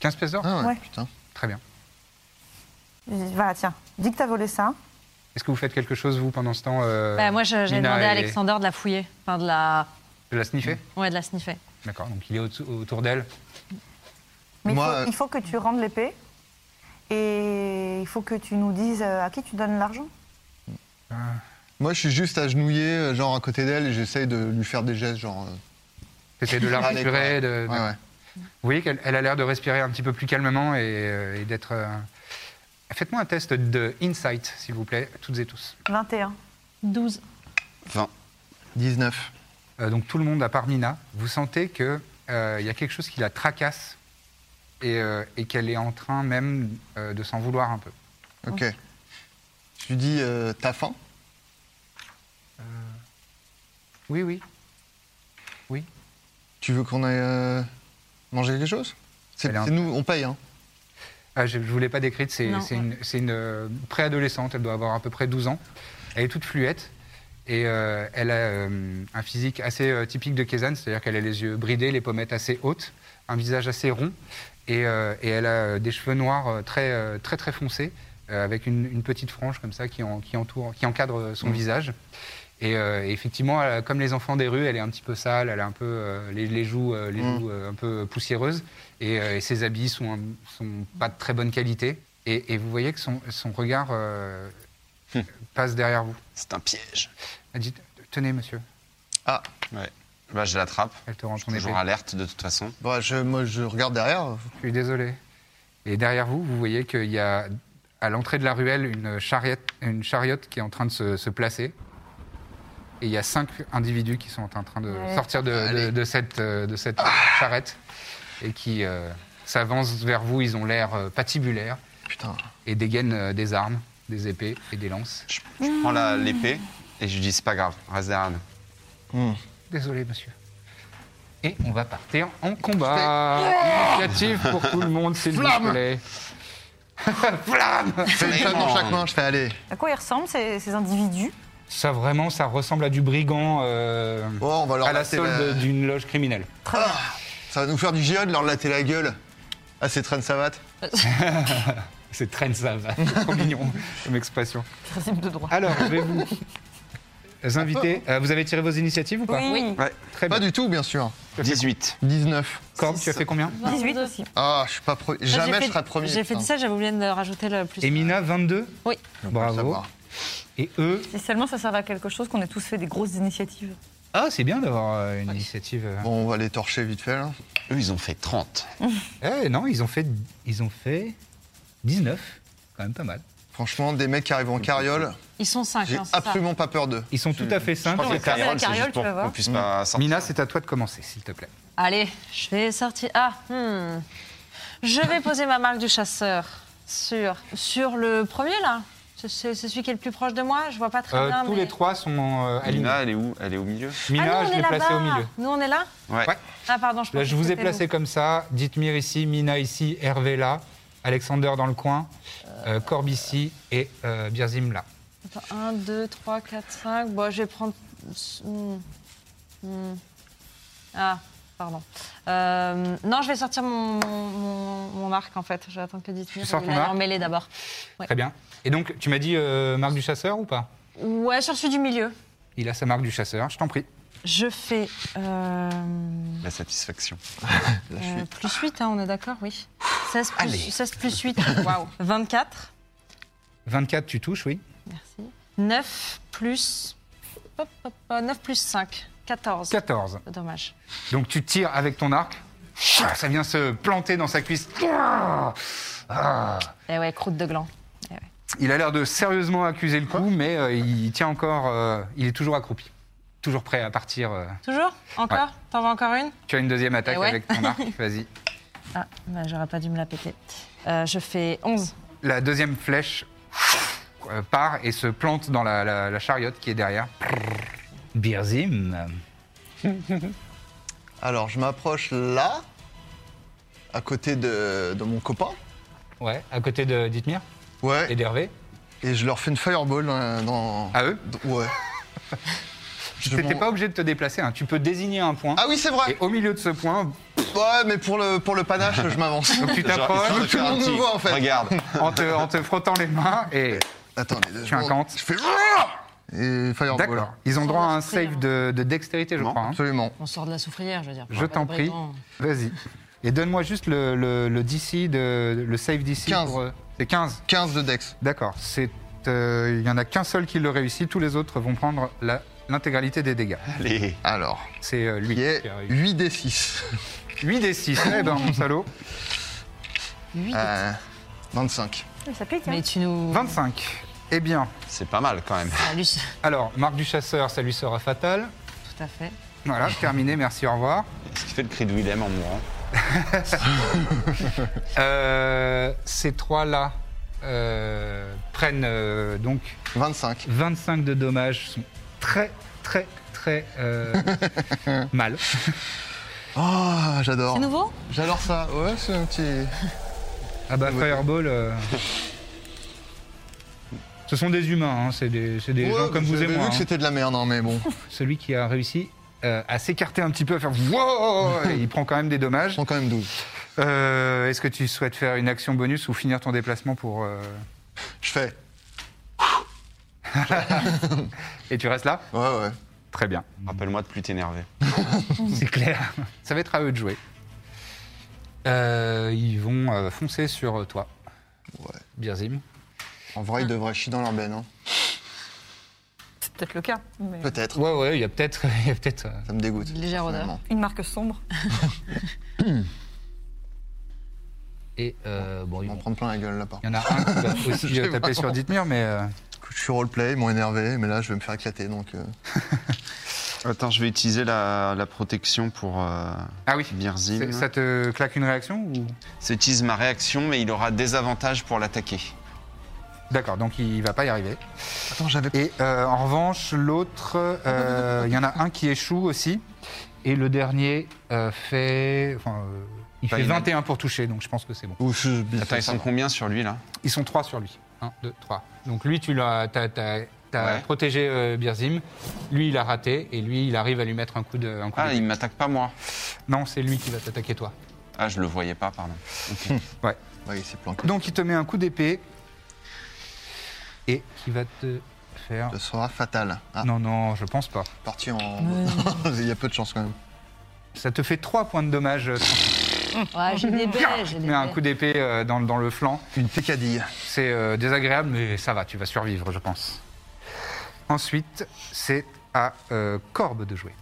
S1: 15 pièces d'or
S2: Ah ouais,
S5: Ouais.
S2: putain.
S1: Très bien.
S5: Je lui dis, Voilà, tiens. Dis que t'as volé ça.
S1: Est-ce que vous faites quelque chose, vous, pendant ce temps euh,
S4: Bah, moi, je- j'ai
S1: Nina
S4: demandé à
S1: et-
S4: Alexander de la fouiller, enfin de la,
S1: De la sniffer
S4: ouais, de la sniffer.
S1: D'accord, donc il est au- autour d'elle.
S5: Mais il
S2: Moi,
S5: faut-
S2: euh,
S5: il, faut, que tu rendes l'épée. Et il faut que tu nous dises euh, à qui tu donnes l'argent.
S2: Moi, je suis juste agenouillé, euh, genre à côté d'elle, et j'essaye de lui faire des gestes, genre. euh,
S1: T'essayes de la
S2: Allez,
S1: rassurer. de- de-
S2: Ouais, ouais.
S1: Vous voyez qu'elle elle a l'air de respirer un petit peu plus calmement et, euh, et d'être. euh, Faites-moi un test de insight, s'il vous plaît, toutes et tous.
S5: 21.
S4: 12.
S3: 20.
S2: 19.
S1: Euh, donc tout le monde, à part Nina, vous sentez qu'il y a quelque chose qui la tracasse et, euh, et qu'elle est en train même euh, de s'en vouloir un peu. Ah.
S2: Ok. Je lui dis, euh, t'as faim
S1: Oui, oui. Oui.
S2: Tu veux qu'on aille euh, manger quelque chose C'est
S1: Elle est un-
S2: c'est nous, on paye, hein.
S1: Ah, je ne vous l'ai pas décrite, c'est
S4: Non,
S1: c'est
S4: ouais.
S1: une, c'est une, euh, préadolescente, elle doit avoir à peu près 12 ans. Elle est toute fluette et euh, elle a euh, un physique assez euh, typique de Kezan, c'est-à-dire qu'elle a les yeux bridés, les pommettes assez hautes, un visage assez rond et, euh, et elle a euh, des cheveux noirs euh, très, euh, très très foncés euh, avec une, une petite frange comme ça qui, en- qui entoure, qui encadre euh, son visage. Et, euh, et effectivement, elle a- comme les enfants des rues, elle est un petit peu sale, elle a un peu euh, les, les joues, euh, les
S2: Mm.
S1: joues euh, un peu poussiéreuses, et, euh, et ses habits sont, un- sont pas de très bonne qualité. Et, et vous voyez que son, son regard euh,
S3: Hmm.
S1: passe derrière vous.
S3: C'est un piège.
S1: Elle dit Tenez, monsieur.
S2: Ah,
S3: Ouais. Bah, je l'attrape.
S1: Elle te rend son épée.
S3: Toujours alerte de toute façon.
S2: bah, je, moi, je regarde derrière.
S1: Je suis désolé. Et derrière vous, vous voyez qu'il y a à l'entrée de la ruelle une chariote, une chariote qui est en train de se, se placer. Et il y a cinq individus qui sont en train de
S5: Ouais.
S1: sortir de, de- de cette, euh, de cette charrette et qui euh, s'avancent vers vous. Ils ont l'air euh, patibulaires
S2: Putain.
S1: et dégainent euh, des armes, des épées et des lances.
S3: Je, je prends la- l'épée et je lui dis c'est pas grave, reste derrière nous.
S1: Désolé, monsieur. Et on va partir en combat. Initiative pour tout le monde, s'il vous
S2: Flamme
S1: plaît. Flamme
S2: Je fais une femme dans chaque main, je fais aller.
S5: À quoi ils ressemblent ces, ces individus
S1: Ça vraiment, ça ressemble à du brigand euh,
S2: Oh, on va leur
S1: à la
S2: latter
S1: solde
S2: la-
S1: d'une loge criminelle.
S2: Ça va nous faire du giot de leur latter la gueule Ah, à ces trains de savate.
S1: C'est traîne ça, va. trop mignon comme expression.
S5: Principe de droit.
S1: Alors, je vais vous inviter. euh, vous avez tiré vos initiatives ou pas
S5: Oui,
S3: Ouais,
S1: Très bien.
S2: Pas du tout, bien sûr.
S3: 18.
S2: 19.
S1: Corbe, tu as fait combien
S5: 18 aussi.
S2: Ah, je suis pas premier. Jamais
S4: Bah, J'ai
S2: je
S4: fait-
S2: serai premier.
S4: J'ai fait
S2: putain.
S4: 17, j'avais oublié de rajouter le plus.
S1: Emina, 22.
S4: Oui.
S2: Je veux pas le
S1: Bravo.
S2: savoir.
S1: Et eux.
S5: Si seulement ça servait à quelque chose qu'on ait tous fait des grosses initiatives.
S1: Ah, c'est bien d'avoir euh, une initiative. euh.
S2: Bon, on va les torcher vite fait, là.
S3: Eux, ils ont fait 30.
S1: Eh non, ils ont fait, ils ont fait 19. Quand même pas mal.
S2: Franchement, des mecs qui arrivent en carriole,
S4: Ils sont 5,
S2: j'ai
S4: hein, c'est ça.
S2: absolument pas peur d'eux.
S1: Ils sont tout à fait simples.
S3: La
S1: et ça-
S3: carriole, c'est
S5: carriole,
S3: juste
S5: tu
S3: pour
S5: vas voir.
S3: qu'on puisse pas sortir.
S1: Mina, c'est à toi de commencer, s'il te plaît.
S4: Allez, je vais sortir. Ah, hmm. Je vais poser ma marque du chasseur sur, sur le premier, là. C'est- C'est c'est celui qui est le plus proche de moi. Je vois pas très
S1: Euh,
S4: bien.
S1: tous
S4: mais-
S1: les trois sont euh, alignés.
S3: Mina, elle est où Elle est au milieu
S4: Ah,
S1: Mina,
S4: nous, on
S1: je
S4: est
S1: l'ai placée au
S4: là-bas.
S1: milieu.
S4: Nous, on est là
S3: Ouais.
S1: Ouais.
S4: Ah, pardon, je
S1: Là,
S4: pensais
S1: je vous
S4: que
S1: ai
S4: c'était
S1: placé
S4: nous.
S1: comme ça. Dithmir ici, Mina ici, Hervé là, Alexander dans le coin, euh, Corbe ici et euh, Birzim là.
S4: Attends, 1, 2, 3, 4, 5. Bon, je vais prendre. Hmm. Hmm. Ah, pardon. Euh, non, je vais sortir mon, mon, mon- mon arc en fait. Je vais attendre que Dithmir
S1: Tu sors
S4: il
S1: ton
S4: aille
S1: arc
S4: en mêlée d'abord. Ouais.
S1: Très bien. Et donc, tu m'as dit euh, marque du chasseur ou pas
S4: Ouais, sur celui du milieu.
S1: Il a sa marque du chasseur, je t'en prie.
S4: Je fais. euh,
S3: La satisfaction.
S2: Là, je
S4: euh,
S2: suis-
S4: plus 8, hein, on est d'accord, oui. 16 plus,
S3: Allez.
S4: 16 plus 8, waouh. 24.
S1: 24, tu touches, oui.
S4: Merci. 9 plus. hop, hop, hop, 9 plus 5. 14.
S1: 14.
S4: Dommage.
S1: Donc tu tires avec ton arc. Ça vient se planter dans sa cuisse. Ah.
S4: Eh ouais, croûte de gland.
S1: Il a l'air de sérieusement accuser le coup, mais euh, il tient encore. euh, il est toujours accroupi. Toujours prêt à partir. euh.
S4: Toujours Encore
S1: Ouais.
S4: T'en veux encore une
S1: Tu as une deuxième attaque
S4: Eh ouais.
S1: avec ton arc. Vas-y.
S4: Ah, bah, j'aurais pas dû me la péter. Euh, je fais 11.
S1: La deuxième flèche euh, part et se plante dans la, la- la chariote qui est derrière. Birzim.
S2: Alors, je m'approche là, à côté de, de mon copain.
S1: Ouais, à côté de Dithmir
S2: Ouais.
S1: et d'Hervé.
S2: Et je leur fais une fireball dans. dans-
S1: À eux
S2: dans- ouais. Je
S1: T'étais
S2: m'en-
S1: pas obligé de te déplacer, hein. tu peux désigner un point.
S2: Ah oui, c'est vrai.
S1: Et au milieu de ce point,
S2: Ouais, mais pour le, pour le panache, je m'avance.
S1: donc tu
S3: Genre, histoire de
S1: t'approches
S2: tout le
S3: faire un
S2: monde nous
S3: petit
S2: voit, en fait.
S3: Regarde.
S1: en te, en te frottant les mains et.
S2: Attendez, deux
S1: Tu as un
S2: secondes.
S1: quinte.
S2: Je fais. Et fireball.
S1: D'accord. Ils ont droit à un
S4: Sans notre
S1: save de, de dextérité, je
S3: Non.
S1: crois. hein.
S2: Absolument.
S4: On sort de la soufrière, je veux dire.
S1: Je t'en prie. Vas-y. Et donne-moi juste le, le- le DC, de, le save DC.
S2: 15.
S1: pour, euh, C'est 15.
S2: 15 de Dex.
S1: D'accord. C'est, euh, Il y en a qu'un seul qui le réussit. Tous les autres vont prendre la- l'intégralité des dégâts.
S3: Allez.
S2: Alors,
S1: C'est euh, lui
S2: il est
S1: qui a réussi.
S2: 8 des 6.
S1: 8 des 6. Eh ben, mon salaud.
S4: 8.
S2: Euh, 25.
S5: Ça pique, hein
S4: Mais tu nous.
S1: 25. Eh bien,
S3: C'est pas mal quand même.
S4: Salut,
S1: alors, marque du chasseur, ça lui sera fatal.
S4: tout à fait.
S1: Voilà, terminé, merci, au revoir.
S3: Est-ce qu'il fait le cri de Willem en mourant
S1: Euh, ces trois-là euh, prennent euh, donc
S2: 25.
S1: 25 de dommages, sont très, très, très euh, mal.
S2: Oh, j'adore.
S4: C'est nouveau
S2: J'adore ça. Ouais, c'est un petit.
S1: Ah bah,
S2: Ouais.
S1: Fireball. euh, Ce sont des humains, hein, c'est des, c'est des
S2: Ouais,
S1: gens comme vous et
S2: J'avais
S1: moi.
S2: vu que
S1: hein.
S2: c'était de la merde, hein, mais bon.
S1: Celui qui a réussi euh, à s'écarter un petit peu, à faire wow, et il prend quand même des
S2: Ils
S1: dommages.
S2: sont quand même 12.
S1: Euh, Est-ce que tu souhaites faire une action bonus ou finir ton déplacement pour. euh,
S2: Je fais.
S1: Et tu restes là
S2: Ouais, ouais.
S1: Très bien.
S3: Rappelle-moi de plus t'énerver.
S2: Mm.
S1: C'est clair. Ça va être à eux de jouer. Euh, ils vont euh, foncer sur toi,
S2: Ouais.
S1: Birzim.
S2: En vrai, ils devraient chier dans leur benne. hein.
S5: C'est peut-être le cas. mais-
S2: Peut-être.
S1: Ouais, ouais, il y a peut-être. il y a peut-être, euh,
S2: Ça me dégoûte.
S4: Légère odeur.
S2: finalement.
S5: Une marque sombre.
S1: Et euh, bon, ils
S2: On
S1: vont-
S2: prend plein la gueule là-bas.
S1: il y en a un qui va aussi euh, taper sur Dithmir, mais. euh,
S2: Je suis roleplay, ils m'ont énervé, mais là, je vais me faire éclater, donc. euh,
S3: Attends, je vais utiliser la, la protection pour euh,
S1: Ah oui.
S3: Birzim.
S1: C'est- Ça te claque une réaction ou...
S3: Ça utilise ma réaction, mais il aura des avantages pour l'attaquer.
S1: D'accord, donc il va pas y arriver.
S2: Attends, j'avais.
S1: Et euh, en revanche, l'autre, euh, il y en a un qui échoue aussi. Et le dernier euh, fait. Enfin, euh, il
S3: Bah,
S1: fait
S3: il a-
S1: 21 pour toucher, donc je pense que c'est bon.
S2: Ou je-
S3: Attends, ils
S2: ça.
S3: sont combien sur lui là
S1: Ils sont trois sur lui. 1, 2, 3. Donc lui, tu l'as t'as- t'as- t'as
S3: Ouais.
S1: protégé euh, Birzim. Lui, il a raté. Et lui, il arrive à lui mettre un coup de. un coup
S3: Ah,
S1: d'épée.
S3: il m'attaque pas moi.
S1: Non, c'est lui qui va t'attaquer, toi.
S3: Ah, je le voyais pas, pardon.
S2: Ouais, il s'est planqué.
S1: Donc il te met un coup d'épée. Et qui va te faire.
S2: Ce sera fatal. Ah,
S1: Non, non, je pense pas.
S2: parti en. il y a peu de chance quand même.
S1: Ça te fait 3 points de dommage. euh,
S4: Ouais, j'ai des baies, j'ai des
S1: Mais un
S4: baies.
S1: coup d'épée euh, dans, le- dans le flanc.
S2: Une pécadille.
S1: C'est euh, désagréable, mais ça va, tu vas survivre, je pense. Ensuite, c'est à euh, Corbe de jouer.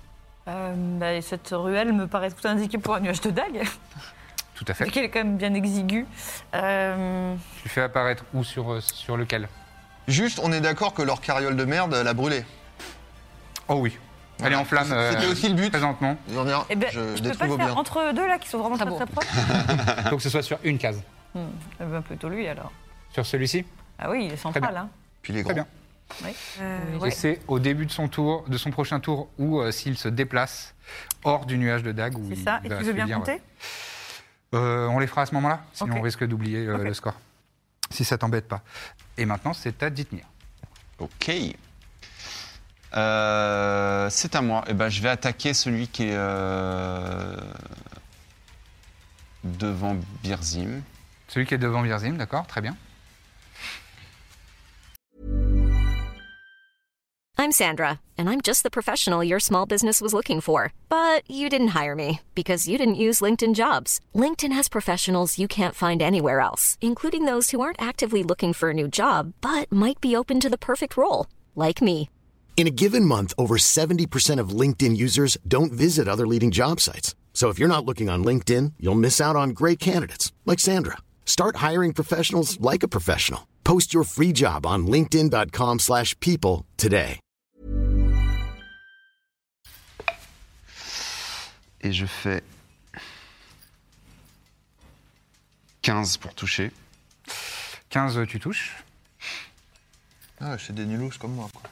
S5: Euh, bah, et cette ruelle me paraît tout indiquée pour un nuage de dague,
S1: Tout à fait.
S5: vu qu'elle est quand même bien exiguë. Euh,
S1: Tu fais apparaître où sur, euh, sur lequel
S2: Juste, on est d'accord que leur carriole de merde, elle a brûlé.
S1: Oh oui. Elle est en flamme. euh,
S2: C'était aussi le but.
S1: Présentement.
S2: Je veux dire,
S5: eh ben,
S2: je
S5: je peux pas
S2: détruis vos
S5: faire
S2: biens.
S5: entre deux là qui sont vraiment
S4: Très
S5: très,
S4: beau.
S5: très proches.
S1: Il faut que ce soit sur une case.
S5: Hmm, eh ben, plutôt lui alors.
S1: Sur celui-ci
S5: Ah oui, il est central.
S1: bien.
S5: Hein.
S2: Puis les
S1: Très
S2: grands.
S1: bien.
S5: Oui. Euh,
S1: Et
S5: ouais.
S1: c'est au début de son tour, de son prochain tour, où euh, s'il se déplace hors du nuage de dague. où
S5: C'est
S1: il
S5: ça. Et
S1: va
S5: tu veux bien
S1: subir,
S5: compter
S1: Euh, on les fera à ce moment-là, sinon
S5: Ok.
S1: on risque d'oublier euh,
S5: Ok.
S1: le score. Si ça t'embête pas. Et maintenant, c'est à Dithmir.
S3: Ok. Euh, c'est à moi. Eh ben, je vais attaquer celui qui est euh, devant Birzim.
S1: Celui qui est devant Birzim, d'accord Très bien.
S6: I'm Sandra, and I'm just the professional your small business was looking for. But you didn't hire me because you didn't use LinkedIn jobs. LinkedIn has professionals you can't find anywhere else, including those who aren't actively looking for a new job but might be open to the perfect role, like me.
S7: In a given month, over 70% of LinkedIn users don't visit other leading job sites. So if you're not looking on LinkedIn, you'll miss out on great candidates like Sandra. Start hiring professionals like a professional. Post your free job on linkedin.com/people slash people today.
S3: Et je fais 15 pour toucher.
S1: 15, tu touches.
S2: Ah, c'est des nulous comme moi. Quoi.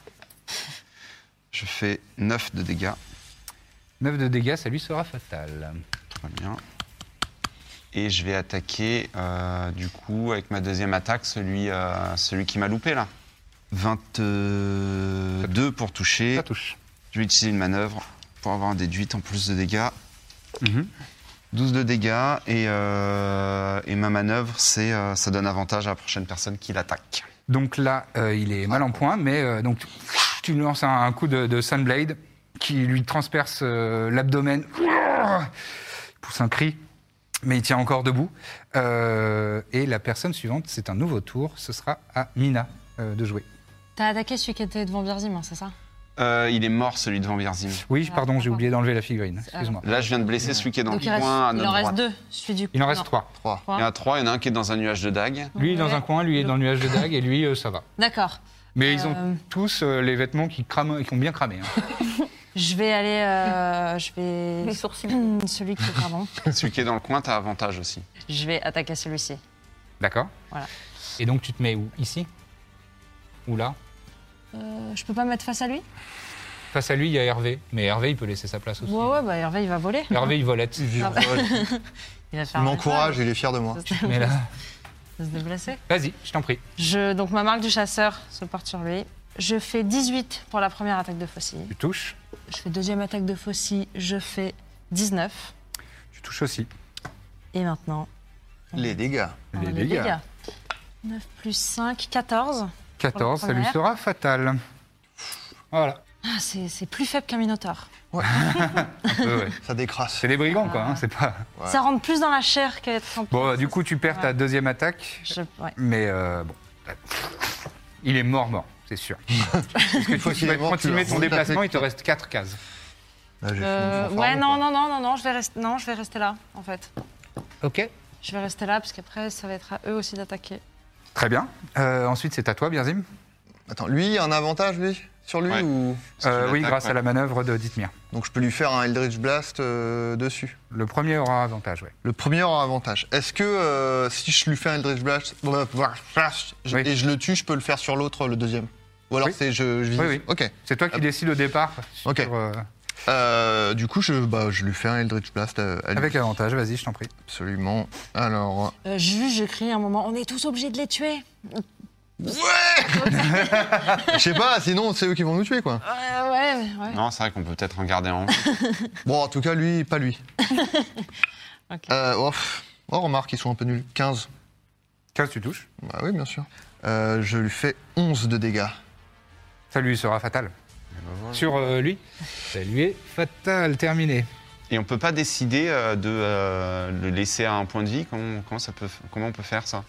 S3: Je fais 9 de dégâts.
S1: 9 de dégâts, ça lui sera fatal.
S3: Très bien. Et je vais attaquer, euh, du coup, avec ma deuxième attaque, celui, euh, celui qui m'a loupé là. 22 pour toucher.
S1: Ça touche.
S3: Je vais utiliser une manœuvre pour avoir un déduit en plus de dégâts.
S1: Mhm.
S3: 12 de dégâts et, euh, et ma manœuvre, c'est euh, ça donne avantage à la prochaine personne qui l'attaque.
S1: Donc là, euh, il est mal en point, mais euh, donc tu lui lances un, un coup de, de Sunblade qui lui transperce euh, l'abdomen. Il pousse un cri, mais il tient encore debout. Euh, et la personne suivante, c'est un nouveau tour, ce sera à Mina euh, de jouer.
S4: T'as attaqué celui qui était devant Birzim, hein, c'est ça
S3: Euh, il est mort celui devant Birzim.
S1: Oui,
S4: Ah,
S1: pardon, j'ai
S4: d'accord.
S1: oublié d'enlever la figurine, excuse-moi.
S3: Là, je viens de blesser celui qui est dans
S4: Donc il,
S3: le
S4: reste-
S3: coin à
S4: il
S3: notre
S4: en reste
S3: droite.
S4: deux. hein. Celui du
S1: Il en
S4: non,
S1: reste trois.
S2: Trois.
S3: Il y en
S4: trois.
S3: a trois, il y en a un qui est dans un nuage de dagues.
S1: Lui, il est dans un coin, lui, il est dans le nuage de dague, et lui, euh, ça va.
S4: D'accord.
S1: Mais ils ont
S4: Euh.
S1: tous euh, les vêtements qui crament, qui ont bien cramé. hein.
S4: Je vais aller. euh, je vais.
S5: Les sourcils.
S4: Celui qui. Pardon.
S3: celui qui est dans le coin, t'as avantage aussi.
S4: Je vais attaquer celui-ci.
S1: D'accord
S4: Voilà.
S1: Et donc tu te mets où Ici Ou là
S4: Euh, je peux pas me mettre face à lui
S1: Face à lui, il y a Hervé. Mais Hervé, il peut laisser sa place aussi.
S4: Ouais, ouais, bah Hervé, il va voler.
S1: Hervé, il volette.
S4: Ah bah. Il va
S2: Il
S4: faire.
S5: Ah,
S2: m'encourage, il est fier de moi.
S1: Mais là,
S4: Il va se déplacer.
S1: vas-y, je t'en prie.
S4: Je, donc ma marque du chasseur se porte sur lui. Je fais 18 pour la première attaque de faucille.
S1: Tu touches.
S4: Je fais deuxième attaque de faucille, je fais 19.
S1: Tu touches aussi.
S4: Et maintenant,
S2: Les dégâts.
S4: on a 9 plus 5, 14.
S1: 14, ça lui
S4: Première.
S1: sera fatal. Voilà.
S4: Ah, c'est c'est plus faible qu'un minotaure.
S1: Un peu, ouais.
S2: Ça décrasse.
S1: C'est des brigands, quoi. hein, c'est pas...
S2: Ouais.
S4: Ça rentre plus dans la chair qu'être en
S1: Bon, bah, du coup, tu perds ta
S4: Ouais.
S1: deuxième attaque.
S4: Je- ouais.
S1: Mais euh, bon. Il est mort, mort, c'est sûr. Parce que tu-
S2: Une fois
S1: tu
S2: qu'il
S1: vas-
S2: est mort,
S1: quand tu
S2: tu
S1: mets
S2: le
S1: ton
S2: retaper.
S1: déplacement, il te reste 4 cases.
S2: Là, j'ai
S4: Euh,
S2: fait mon
S4: ouais,
S2: fanfaron,
S4: non,
S2: quoi.
S4: non, non, non, non, je vais rester, non, je vais rester là, en fait.
S1: Ok.
S4: Je vais rester là, parce qu'après, ça va être à eux aussi d'attaquer.
S1: Très bien. Euh, ensuite, c'est à toi, Birzim.
S2: Attends, lui, il y a un avantage, lui Sur lui
S3: Ouais.
S2: ou...
S3: Si tu
S1: Euh, oui,
S3: l'attaques,
S1: grâce
S3: ouais.
S1: à la manœuvre de Dithmir.
S2: Donc je peux lui faire un Eldritch Blast euh, dessus.
S1: Le premier aura avantage, oui.
S2: Le premier aura avantage. Est-ce que euh, si je lui fais un Eldritch Blast Blast, je-
S1: Oui.
S2: et je le tue, je peux le faire sur l'autre, le deuxième Ou alors
S1: Oui.
S2: c'est je, je vise-
S1: Oui, oui.
S2: Ok.
S1: C'est toi qui décides au départ. sur,
S2: Ok.
S1: euh,
S2: Euh, du coup, je, bah, je lui fais un Eldritch Blast euh, à lui.
S1: avec avantage, vas-y, je t'en prie.
S2: Absolument. Alors.
S4: Euh, juste, je crie un moment, on est tous obligés de les tuer.
S2: Je sais pas, sinon c'est eux qui vont nous tuer quoi.
S4: Ouais, ouais, ouais.
S3: Non, c'est vrai qu'on peut peut-être en garder un.
S2: Bon, en tout cas, lui, pas lui.
S4: Ok.
S2: Euh, oh, pff. Oh, remarque, ils sont un peu nuls. 15.
S1: 15, tu touches.
S2: Bah oui, bien sûr. Euh, je lui fais 11 de dégâts.
S1: Ça lui sera fatal. Sur euh, lui Ça lui est fatal, terminé.
S3: Et on peut pas décider euh, de euh, le laisser à un point de vie comment, comment ça peut, comment on peut faire ça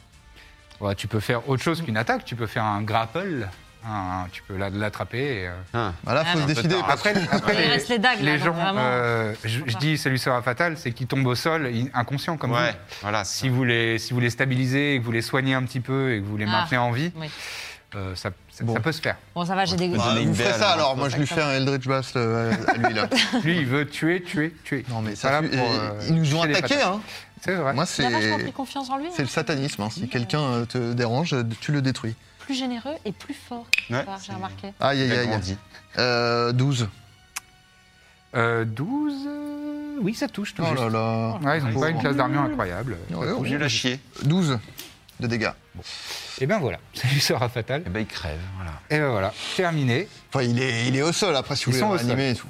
S1: Ouais, tu peux faire autre chose qu'une attaque, tu peux faire un grapple. un- tu peux la- l'attraper. et, euh,
S3: Ah.
S2: Bah là,
S4: Ah,
S2: faut
S4: mais
S2: se
S4: on
S3: peut
S2: décider.
S3: pas.
S2: parce
S1: Après, après
S4: Il reste les dagues, là,
S1: les
S4: donc
S1: gens,
S4: vraiment.
S1: euh, je, je dis ça lui sera fatal, c'est qu'ils tombent au sol i- inconscients comme
S3: Ouais,
S1: vous.
S3: voilà. c'est-
S1: Si vous, les, si vous les stabilisez et que vous les soignez un petit peu et que vous les
S4: Ah.
S1: maintenez en vie,
S4: Oui.
S1: euh, ça, ça-
S2: Bon.
S1: ça peut se faire.
S4: Bon, ça va, j'ai des...
S2: que- Bah,
S3: Donner une
S2: vous ferez
S3: balle,
S2: ça
S3: hein.
S2: alors, moi je lui fais un Eldritch Blast euh, à lui là.
S1: Lui, il veut tuer, tuer, tuer.
S2: Non mais
S1: Pas
S2: ça,
S1: là
S2: suffit.
S1: pour, euh,
S2: ils nous ont
S1: tuer les
S2: attaqués
S1: patates.
S2: hein.
S1: C'est vrai.
S2: Moi
S4: Il a vachement pris
S2: c'est
S4: confiance en lui.
S2: c'est
S4: hein.
S2: le satanisme. hein. Si quelqu'un euh, te dérange, euh, tu le détruis.
S4: Plus généreux et plus fort,
S3: Ouais,
S4: part, Ah, j'ai
S3: c'est-
S4: remarqué.
S2: Aïe aïe
S3: Comment on
S2: aïe.
S3: dit
S2: Euh, 12.
S1: Euh, 12. euh, Oui, ça touche tout
S2: Oh
S1: juste.
S2: là là. Oh.
S1: Ouais, ils n'ont pas
S2: Pauvre.
S1: une classe d'armure incroyable.
S2: Ouais, ouais.
S3: Nul à chier.
S2: 12 de dégâts.
S1: Et ben voilà, ça lui sera fatal.
S3: Eh ben, il crève, voilà.
S1: Et ben voilà, terminé.
S2: Enfin, il est, il est au sol après si vous
S1: Ils
S2: voulez
S1: sont au
S2: le réanimer et tout.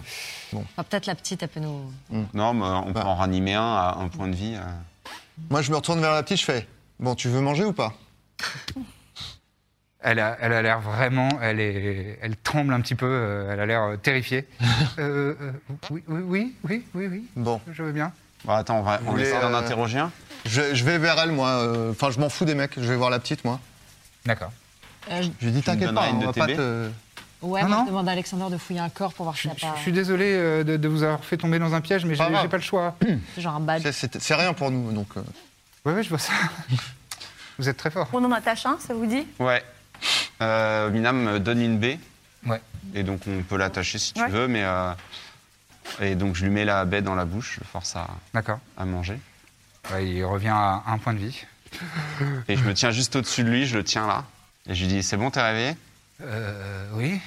S4: Enfin, peut-être la petite, elle peut nous...
S3: Non, mais euh, on peut
S2: Bah.
S3: en ranimer un à un point de vie. euh.
S2: Moi, je me retourne vers la petite, je fais Bon, tu veux manger ou pas
S1: Elle a, elle a l'air vraiment, elle, est, elle tremble un petit peu, euh, elle a l'air euh, terrifiée. Euh, euh, oui, oui, oui, oui, oui, oui,
S2: Bon.
S1: je veux bien.
S3: Bon, attends, on, va, on
S2: voulez,
S3: essaie d'en
S2: euh,
S3: interroger un.
S2: Je, je vais vers elle, moi. euh, Enfin, je m'en fous des mecs. Je vais voir la petite, moi.
S1: D'accord.
S2: Je lui dis,
S3: Tu me
S2: t'inquiète
S3: donneras
S2: pas,
S3: une
S2: on
S3: de
S2: va
S3: tes
S2: pas
S3: baies
S2: te.
S4: euh, Ouais,
S1: Non,
S4: moi,
S1: non.
S4: je demande à Alexander de fouiller un corps pour voir
S1: Je,
S4: s'il n'y a
S1: je-
S4: pas.
S1: je suis désolé euh, de, de vous avoir fait tomber dans un piège, mais j'ai
S2: Pas grave.
S1: j'ai pas le choix.
S4: C'est genre un badge.
S2: C'est- C'est c'est rien pour nous, donc. euh,
S1: Ouais, ouais, je vois ça. Vous êtes très fort.
S5: On en attache un, ça vous dit
S3: Ouais. Euh, Minam me donne une baie,
S1: Ouais.
S3: et donc on peut l'attacher si tu
S5: Ouais.
S3: veux, mais. euh, et donc je lui mets la baie dans la bouche, je le force à,
S1: D'accord.
S3: à manger.
S1: Ouais, il revient à un point de vie.
S3: Et je me tiens juste au-dessus de lui, je le tiens là. Et je lui dis C'est bon, t'es réveillé
S1: Euh, oui.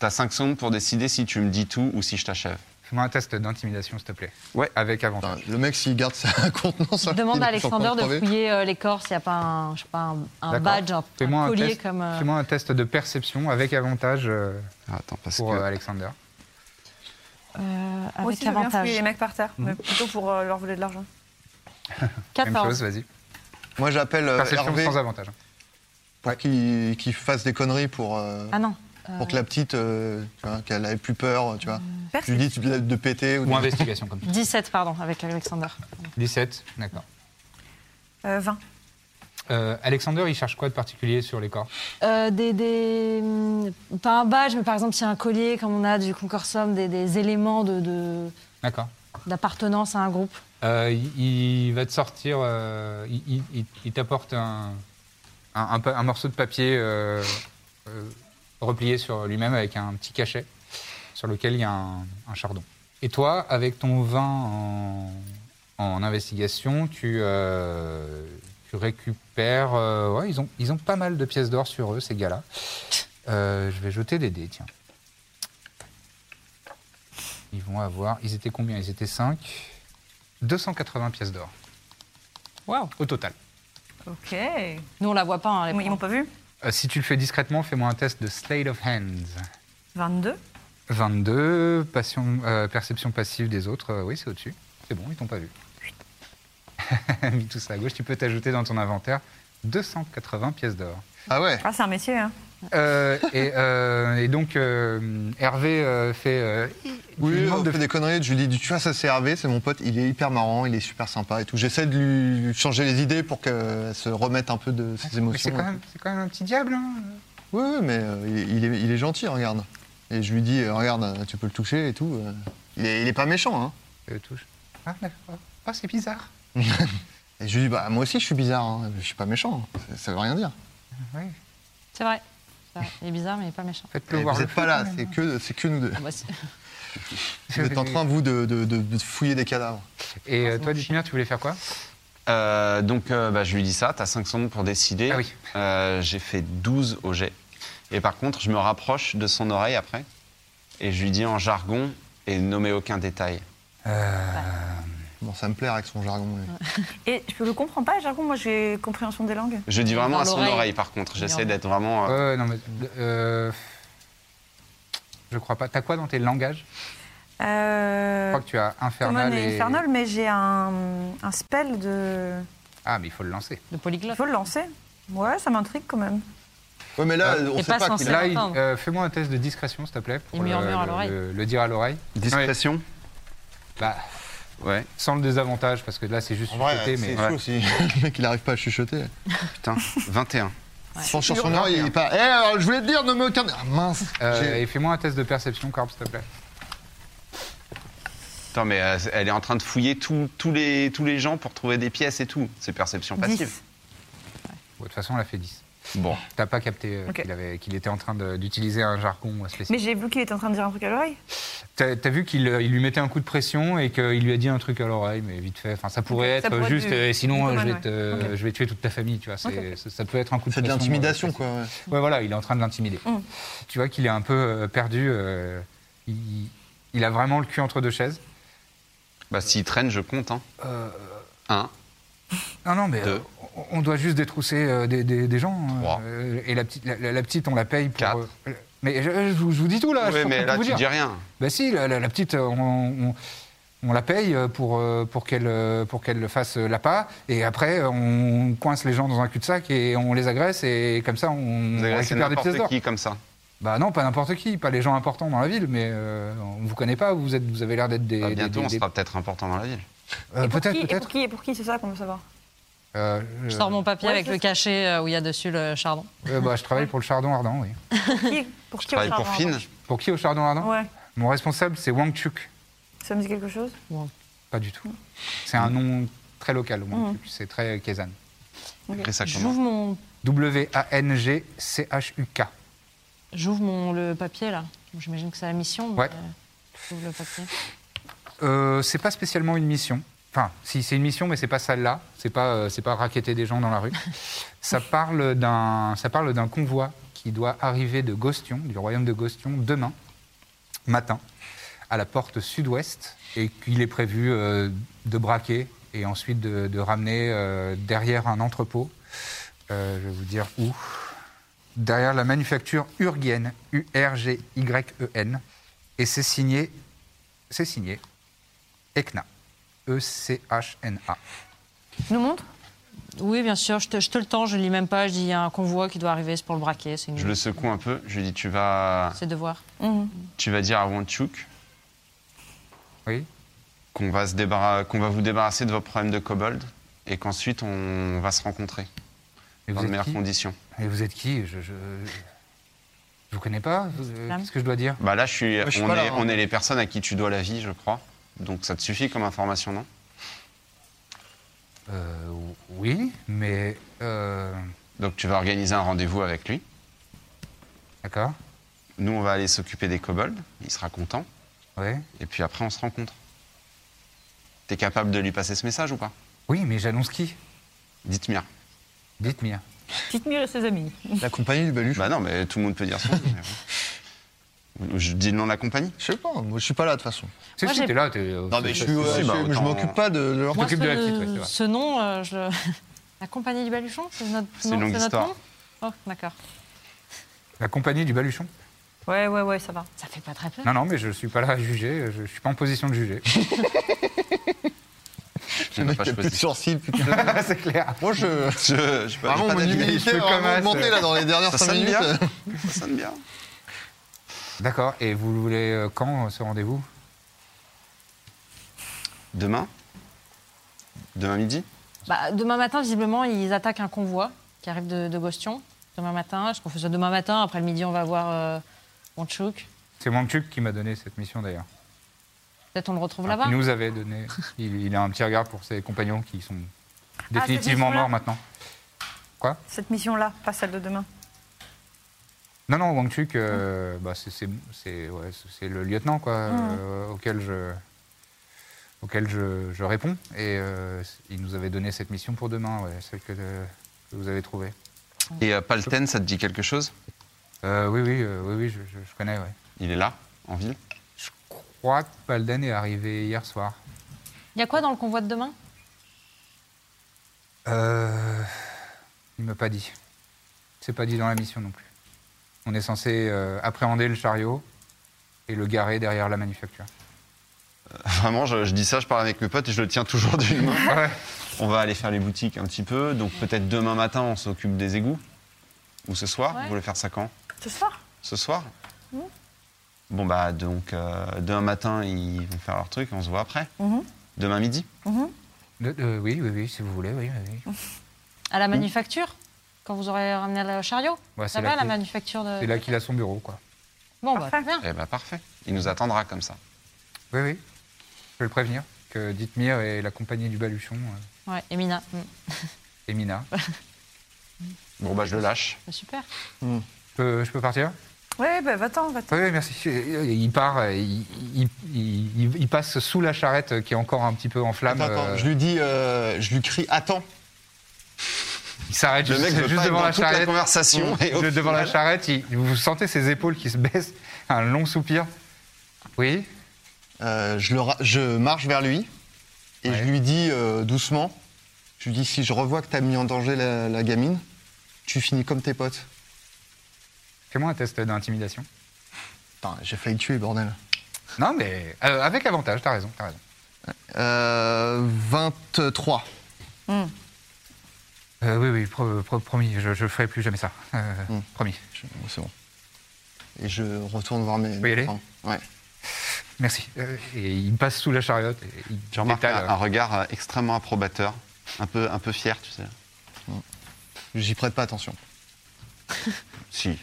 S3: T'as 5 secondes pour décider si tu me dis tout ou si je t'achève.
S1: Fais-moi un test d'intimidation, s'il te plaît.
S3: Ouais.
S1: Avec
S2: putain,
S1: avantage.
S2: le mec, s'il garde sa contenance.
S4: Je demande
S2: il
S4: à
S2: est encore
S4: Alexander de
S2: crevé.
S4: fouiller euh, les corps s'il n'y a pas un, je sais pas, un, un
S1: D'accord.
S4: badge, un,
S1: Fais-moi
S4: un collier
S1: test-
S4: comme. euh,
S1: Fais-moi un test de perception avec avantage euh,
S3: Ah, Attends, parce
S1: pour
S3: que.
S1: euh, Alexander.
S4: euh,
S5: Moi
S4: avec
S5: aussi, je veux bien
S4: avantage.
S5: fouiller les mecs par terre, mais plutôt pour euh, leur voler de l'argent.
S1: Même chose,
S4: 14.
S1: vas-y.
S2: Moi, j'appelle euh,
S1: Perception
S2: Hervé
S1: sans avantage.
S2: pour qu'il qu'il fasse des conneries pour. euh,
S4: Ah non.
S2: Pour que la petite, euh, tu vois, qu'elle ait plus peur, tu vois. Tu
S5: Perception.
S2: lui dis tu- de péter ou,
S1: Ou
S2: de-
S1: investigation, comme tu
S4: 17, pardon, avec Alexander.
S1: 17, d'accord.
S5: Euh, 20.
S1: Euh, Alexander, il cherche quoi de particulier sur les corps
S4: Euh, des, des- hum, Pas un badge, mais par exemple, s'il y a un collier, comme on a du concorsum, des, des éléments de- de-
S1: D'accord.
S4: d'appartenance à un groupe.
S1: Euh, il, il va te sortir, euh, il, il- il- il t'apporte un, un- un pa- un morceau de papier euh, euh, replié sur lui-même avec un petit cachet sur lequel il y a un, un chardon. Et toi, avec ton vin en, en investigation, tu, euh, tu récupères. euh, ouais, ils ont, ils ont pas mal de pièces d'or sur eux, ces gars-là. Euh, je vais jeter des dés, tiens. Ils vont avoir. Ils étaient combien Ils étaient 5. 280 pièces d'or
S4: Waouh.
S1: au total.
S5: Ok.
S4: Nous, on la voit pas, hein, les
S5: Ils m'ont
S4: pauvres.
S5: pas vu
S1: Euh, si tu le fais discrètement, fais-moi un test de Slate of Hands.
S5: 22.
S1: 22, passion- euh, perception passive des autres, euh, oui, c'est au-dessus. C'est bon, ils t'ont pas vu. Mis tout ça à gauche, tu peux t'ajouter dans ton inventaire 280 pièces d'or.
S2: Ah ouais
S5: Ah, c'est un métier, hein.
S1: Euh, et, euh, et donc, euh, Hervé euh, fait. euh, tu lui
S2: Oui, euh,
S1: demandes
S2: on
S1: de-
S2: fait des conneries. Je lui dis, tu vois, ça c'est Hervé, c'est mon pote, il est hyper marrant, il est super sympa et tout. J'essaie de lui changer les idées pour qu'elle se remette un peu de ses
S1: Ah, Mais c'est
S2: émotions.
S1: quand, même- c'est quand même un petit diable. hein.
S2: Oui, oui, mais euh, il, il est, il est gentil, regarde. Et je lui dis, euh, regarde, euh, tu peux le toucher et tout. euh. Il est, il est pas méchant, hein.
S1: Euh, touche. Ah, d'accord. Ah, c'est bizarre.
S2: Et je lui dis, bah moi aussi je suis bizarre, hein. je suis pas méchant, ça, ça veut rien dire.
S1: Oui.
S4: C'est vrai. C'est vrai. Il est bizarre, mais il est pas méchant.
S1: Faites-le
S2: Et
S1: voir.
S2: Eh, vous
S1: le
S2: êtes
S1: feu,
S2: pas là,
S1: quand
S2: c'est
S1: même.
S2: que, c'est que nous deux.
S4: Bon, bah, c'est-
S2: Vous êtes en train, Ah, vous, de, de- de- de fouiller des cadavres.
S1: Et euh, toi, Dutmir, tu voulais faire quoi
S3: Euh, donc euh, bah, je lui dis ça, t'as 5 secondes pour décider.
S1: Ah oui.
S3: Euh, J'ai fait 12 au jet. Et par contre, je me rapproche de son oreille après et je lui dis en jargon et nommer aucun détail.
S1: Euh,
S2: Bon, ça me plaît avec son jargon. lui.
S5: Et je le comprends pas, jargon, moi j'ai compréhension des langues.
S3: Je dis vraiment
S4: Dans
S3: à son
S4: l'oreille.
S3: oreille par contre. J'essaie
S4: Merde.
S3: d'être vraiment. euh,
S1: Ouais, non, mais. euh, je crois pas. T'as quoi dans tes langages Je
S5: Euh,
S1: crois que tu as
S5: Common
S1: Infernal
S5: et
S1: et...
S5: Infernal, mais j'ai un, un spell de.
S1: Ah, mais il faut le lancer.
S4: Le
S5: Il
S4: polyglotte.
S3: Euh,
S5: faut le lancer. Ouais, ça m'intrigue quand même.
S2: Ouais, mais là,
S1: Euh,
S2: on
S4: et
S2: sait
S4: pas
S2: pas.
S4: sans
S2: qu'il
S4: ça.
S2: a-
S1: Là, il-
S4: l'entendre.
S1: euh, fais-moi un test de discrétion, s'il te plaît. pour
S4: Il murmure à
S1: le-
S4: l'oreille.
S1: Le, le dire à l'oreille.
S3: Discrétion
S1: Ouais, bah,
S3: Ouais,
S1: sans le désavantage, parce que là, c'est juste
S2: En vrai,
S1: chuchoter,
S2: c'est
S1: mais...
S2: chaud aussi. Le mec, il arrive pas à chuchoter.
S3: putain. 21.
S2: Sans sur son oreille, il est pas. Eh, alors, je voulais te dire, ne me aucun. Ah, mince
S1: Euh,
S2: J'ai-
S1: et fais-moi un test de perception, Corp, s'il te plaît.
S3: Attends, mais euh, elle est en train de fouiller tout- tous les, tous les gens pour trouver des pièces et tout. C'est perception passive.
S5: 10.
S1: Bon, de toute façon, on l'a fait 10.
S3: Bon.
S1: T'as pas capté euh,
S5: Ok.
S1: qu'il, avait- qu'il était en train de- d'utiliser un jargon spécifique.
S5: Mais j'ai vu qu'il était en train de dire un truc à l'oreille.
S1: T'as t'as vu qu'il euh, il lui mettait un coup de pression et qu'il lui a dit un truc à l'oreille, mais vite fait. Enfin, ça pourrait
S5: Ça
S1: être
S5: pourrait être
S1: juste.
S5: du-
S1: euh, sinon,
S5: du
S1: euh, je vais,
S5: Conan,
S1: te- euh,
S5: ouais. Ok.
S1: je vais tuer toute ta famille. Tu vois, c'est- ça, ça peut être un coup de
S2: C'est de
S1: pression.
S2: l'intimidation,
S1: euh,
S2: quoi. ouais.
S1: Ouais, voilà, il est en train de l'intimider.
S5: Mmh.
S1: Tu vois qu'il est un peu euh, perdu. euh, il, il a vraiment le cul entre deux chaises.
S3: Bah s'il traîne, je compte. Hein.
S1: Euh,
S3: Un.
S1: Non, non, mais
S3: Deux.
S1: euh, on on doit juste détrousser euh, des, des- des gens. euh,
S3: Trois.
S1: euh, et la petite, la, la- la petite, on la paye pour.
S3: Quatre.
S1: euh, mais bah, je, je vous, Mmh, je vous dis tout là. je
S3: oui,
S1: suis en train
S3: mais
S1: de
S3: là,
S1: vous
S3: tu
S1: dire.
S3: dis rien.
S1: Bah si, la, la- la petite, euh, on, on- On la paye euh, pour, euh, pour qu'elle euh, pour qu'elle fasse euh, l'appât. Et après, euh, on coince les gens dans un cul-de-sac et on les agresse. Et comme ça, on,
S3: Vous
S1: on
S3: agressez
S1: récupère des pièces
S3: n'importe
S1: d'or.
S3: qui comme ça.
S1: Bah non, pas n'importe qui, pas les gens importants dans la ville, mais euh, on vous connaît pas, vous, êtes, vous avez l'air d'être des.
S3: Bah,
S1: des-
S3: bientôt,
S1: des-
S3: on
S1: des-
S3: sera peut-être important dans la ville.
S1: Euh,
S5: Et pour
S1: peut-être,
S5: qui- Et
S1: peut-être.
S5: pour qui, et pour qui c'est ça qu'on veut savoir
S1: Euh,
S4: Je
S1: euh,
S4: sors mon papier
S5: Ouais,
S4: avec
S5: c'est
S4: le
S5: ça.
S4: cachet euh, où il y a dessus le chardon.
S1: euh, bah, je travaille pour le Chardon Ardent, oui.
S5: Qui- Pour
S3: Je
S5: qui on
S3: travaille pour
S5: parle,
S3: Finn.
S1: Pour qui au Chardon
S5: pardon
S1: Ardent
S5: Ouais,
S1: Mon responsable, c'est Wang Chuk.
S5: ça me dit quelque chose
S1: Pas du tout. C'est
S3: Mm.
S1: un nom très local,
S5: Mm.
S1: Wang Chuk. C'est très euh, Kézan.
S3: Après, ça commence.
S4: J'ouvre mon,
S1: W-A-N-G-C-H-U-K.
S4: j'ouvre mon le papier là. Bon, J'imagine que c'est la mission. mais,
S1: Ouais.
S4: euh, J'ouvre le papier.
S1: Euh, c'est pas spécialement une mission. Enfin, si c'est une mission, mais c'est pas celle-là. C'est pas, euh, c'est pas raqueter des gens dans la rue. ça parle d'un, ça parle d'un convoi qui doit arriver de Gostion, du royaume de Gostion, demain matin, à la porte sud-ouest, et qu'il est prévu euh, de braquer et ensuite de, de ramener euh, derrière un entrepôt. Euh, je vais vous dire où. Derrière la manufacture Urgyen, U-R-G-Y-E-N, E et c'est signé, c'est signé ECHNA. E E-C-H-N-A.
S5: Tu nous montres
S4: Oui, bien sûr. Je te, je te le tends. Je lis même pas. Je dis il y a un convoi qui doit arriver. C'est pour le braquer. C'est
S3: Je
S4: une...
S3: le secoue un peu. Je lui dis, tu vas,
S4: C'est devoir.
S3: tu vas dire à Wanchuk
S1: Oui
S3: qu'on va, se débarra- qu'on va vous débarrasser de vos problèmes de kobold et qu'ensuite on va se rencontrer
S1: Et
S3: dans
S1: vous,
S3: de
S1: êtes
S3: meilleures
S1: qui
S3: conditions.
S1: Et vous êtes qui Je ne vous connais pas Vous- euh,
S4: Flamme.
S1: Qu'est-ce que je dois dire
S3: Bah là, je suis,
S2: je suis
S3: on,
S2: pas
S3: est,
S2: là, hein.
S3: on est les personnes à qui tu dois la vie, je crois. Donc ça te suffit comme information, non
S1: Euh, Oui, mais... euh,
S3: Donc tu vas organiser un rendez-vous avec lui.
S1: D'accord
S3: Nous, on va aller s'occuper des kobolds. Il sera content.
S1: Oui
S3: Et puis après, on se rencontre. T'es capable de lui passer ce message ou pas
S1: Oui, mais j'annonce qui
S3: Dites-moi.
S1: Dites-moi.
S5: Petite mire et ses amis.
S2: La compagnie du Baluch
S3: Bah non, mais tout le monde peut dire son nom. mais bon. Je dis le nom de la compagnie.
S2: Je sais pas, moi je suis pas là de toute façon.
S1: C'est
S4: Moi,
S1: si,
S4: j'ai-
S1: t'es là, t'es... euh,
S2: Non mais je, suis-
S3: si,
S2: je suis-
S3: bah,
S2: je
S3: autant-
S2: m'occupe pas de leur.
S1: Moi, t'occupes
S4: ce,
S1: de la petite, ouais, c'est vrai.
S4: ce nom, euh, je... la compagnie du Baluchon, c'est notre,
S3: C'est
S4: nom-
S3: une longue
S4: notre
S3: histoire.
S4: nom Oh, d'accord.
S1: La compagnie du Baluchon
S5: Ouais, ouais, ouais, ça va.
S4: Ça fait pas très peur.
S1: Non, non, mais je ne suis pas là à juger, je ne suis pas en position de juger.
S3: On
S2: Le
S3: n'a
S2: mec
S3: pas
S2: qui a plus de
S3: choisi.
S2: sourcils, plus de-
S1: c'est clair.
S2: Moi je.
S3: Je, je, je-
S2: Vraiment,
S3: pas
S2: mon
S3: d'habitude.
S1: Je
S2: humilité a
S1: peux
S2: vraiment
S1: commencer.
S2: augmenté là dans les dernières
S3: Ça
S2: 5
S3: sonne
S2: minutes. euh.
S3: bien. Ça sonne bien.
S1: D'accord, et vous le voulez euh, quand, euh, ce rendez-vous
S3: Demain Demain midi
S4: Bah, demain matin, visiblement, ils attaquent un convoi qui arrive de, de Gostion. Demain matin, je qu'on fait ça demain matin. Après le midi, on va voir euh, Wonchuk.
S1: C'est Wangchuk qui m'a donné cette mission, d'ailleurs.
S4: Peut-être on le retrouve
S1: Alors,
S4: là-bas.
S1: Il Ah, nous avait donné. Il, il a un petit regard pour ses compagnons qui sont définitivement
S5: mission-là
S1: morts maintenant. Quoi
S5: Cette mission-là, pas celle de demain.
S1: Non, non, Wang Chuk, euh, bah, c'est- c'est c'est- ouais, c'est- c'est le lieutenant quoi, euh, auquel je auquel je, je réponds. Et euh, il nous avait donné cette mission pour demain, ouais, celle que, euh, que vous avez trouvée.
S3: Et euh, Palten, ça te dit quelque chose
S1: Euh, oui, oui, euh, oui, oui, je, je- je connais. Ouais.
S3: Il est là, en ville
S1: Je crois que Palden est arrivé hier soir.
S4: Il y a quoi dans le convoi de demain
S1: Euh, il m'a pas dit. C'est pas dit dans la mission non plus. On est censé euh, appréhender le chariot et le garer derrière la manufacture.
S3: Vraiment, je, je dis ça, je parle avec mes potes et je le tiens toujours d'une main.
S1: Ouais.
S3: On va aller faire les boutiques un petit peu, donc peut-être demain matin on s'occupe des égouts. Ou ce soir
S4: Ouais.
S3: Vous voulez faire ça quand
S5: Ce soir
S3: Ce soir Bon bah donc euh, demain matin ils vont faire leur truc, on se voit après. Demain midi
S1: De- de- oui, oui, oui, si vous voulez, oui, oui. oui.
S4: À la manufacture Quand vous aurez ramené le chariot
S1: Ouais, Bah, c'est
S4: Là-bas,
S1: là
S4: la
S1: qu'il-
S4: manufacture de.
S1: C'est là qu'il a son bureau, quoi.
S4: Bon, bah,
S5: Parfait.
S4: très bien.
S3: Eh bah parfait, il nous attendra comme ça.
S1: Oui, oui. Je vais le prévenir que Dithmir et la compagnie du Baluchon, euh,
S4: Ouais, Emina. mm,
S1: et Mina.
S3: Bon bah je le lâche.
S4: bah, Super.
S1: Je peux, je peux partir
S5: Ouais, bah va-t'en, va-t'en.
S1: Oui, oui, merci. Il part, euh, il, il- il- il passe sous la charrette qui est encore un petit peu en flamme.
S2: Attends, attends,
S1: euh,
S2: je lui dis, euh, je lui crie, attends.
S1: Il s'arrête
S3: Le
S1: juste,
S3: mec veut
S1: juste
S3: pas
S1: devant
S3: être dans
S1: la
S3: toute la
S1: charrette.
S3: conversation, et au
S1: De- Mmh. devant la
S3: final-
S1: charrette, il- vous sentez ses épaules qui se baissent, un long soupir. Oui,
S2: Euh, je, le ra- je marche vers lui et
S1: Ouais.
S2: je lui dis euh, doucement, je lui dis, si je revois que t'as mis en danger la, la gamine, tu finis comme tes potes.
S1: fais-moi un test d'intimidation.
S2: Putain, j'ai failli le tuer, bordel.
S1: Non, mais euh, avec avantage, t'as raison, t'as raison.
S2: Euh, 23.
S1: Euh, oui, oui, pro- pro- promis, je ne ferai plus jamais ça. Euh,
S2: Mm.
S1: Promis.
S2: Je- bon, C'est bon. Et je retourne voir mes.
S1: Vous y allez
S2: enfin, Ouais.
S1: Merci. Euh, et il passe sous la chariote. Et il
S3: Je remarque
S1: détale,
S3: un, un regard euh, extrêmement approbateur, un peu, un peu fier, tu sais.
S2: J'y prête pas attention.
S3: Si.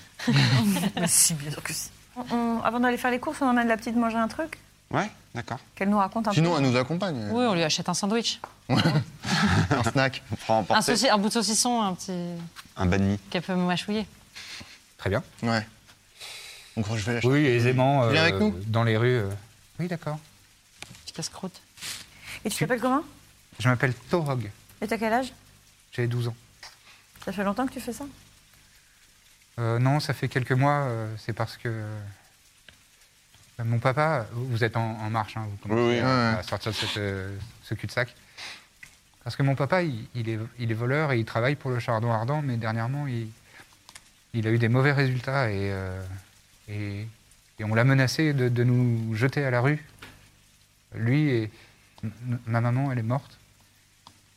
S5: Mais si, bien sûr que si. On- on- avant d'aller faire les courses, on emmène la petite manger un truc
S3: Ouais, d'accord.
S5: Qu'elle nous raconte un
S2: Sinon,
S5: peu.
S2: elle nous accompagne.
S4: Oui, on lui achète un sandwich.
S2: Un snack.
S3: On prend en
S4: Un,
S3: portée
S4: sauci- un bout de saucisson, un petit.
S3: un banni.
S4: qu'elle peut mâchouiller.
S1: Très bien.
S2: Ouais. Donc, je vais l'acheter.
S1: Oui, aisément.
S2: Viens avec nous.
S1: Dans les rues. euh. Oui, d'accord.
S4: Petit casse-croûte.
S5: Et tu t'appelles comment
S1: Je m'appelle Torog.
S5: Et t'as quel âge
S1: J'ai 12 ans.
S5: Ça fait longtemps que tu fais ça
S1: Euh, non, ça fait quelques mois. euh, c'est parce que euh, mon papa, vous êtes en, en marche, hein, vous commencez
S2: Oui, oui,
S1: à,
S2: ouais.
S1: à sortir de cette, euh, ce cul-de-sac. Parce que mon papa, il, il est, il est voleur et il travaille pour le Chardon Ardent, mais dernièrement, il, il a eu des mauvais résultats et, euh, et, et on l'a menacé de, de nous jeter à la rue. Lui et m- m- ma maman, elle est morte.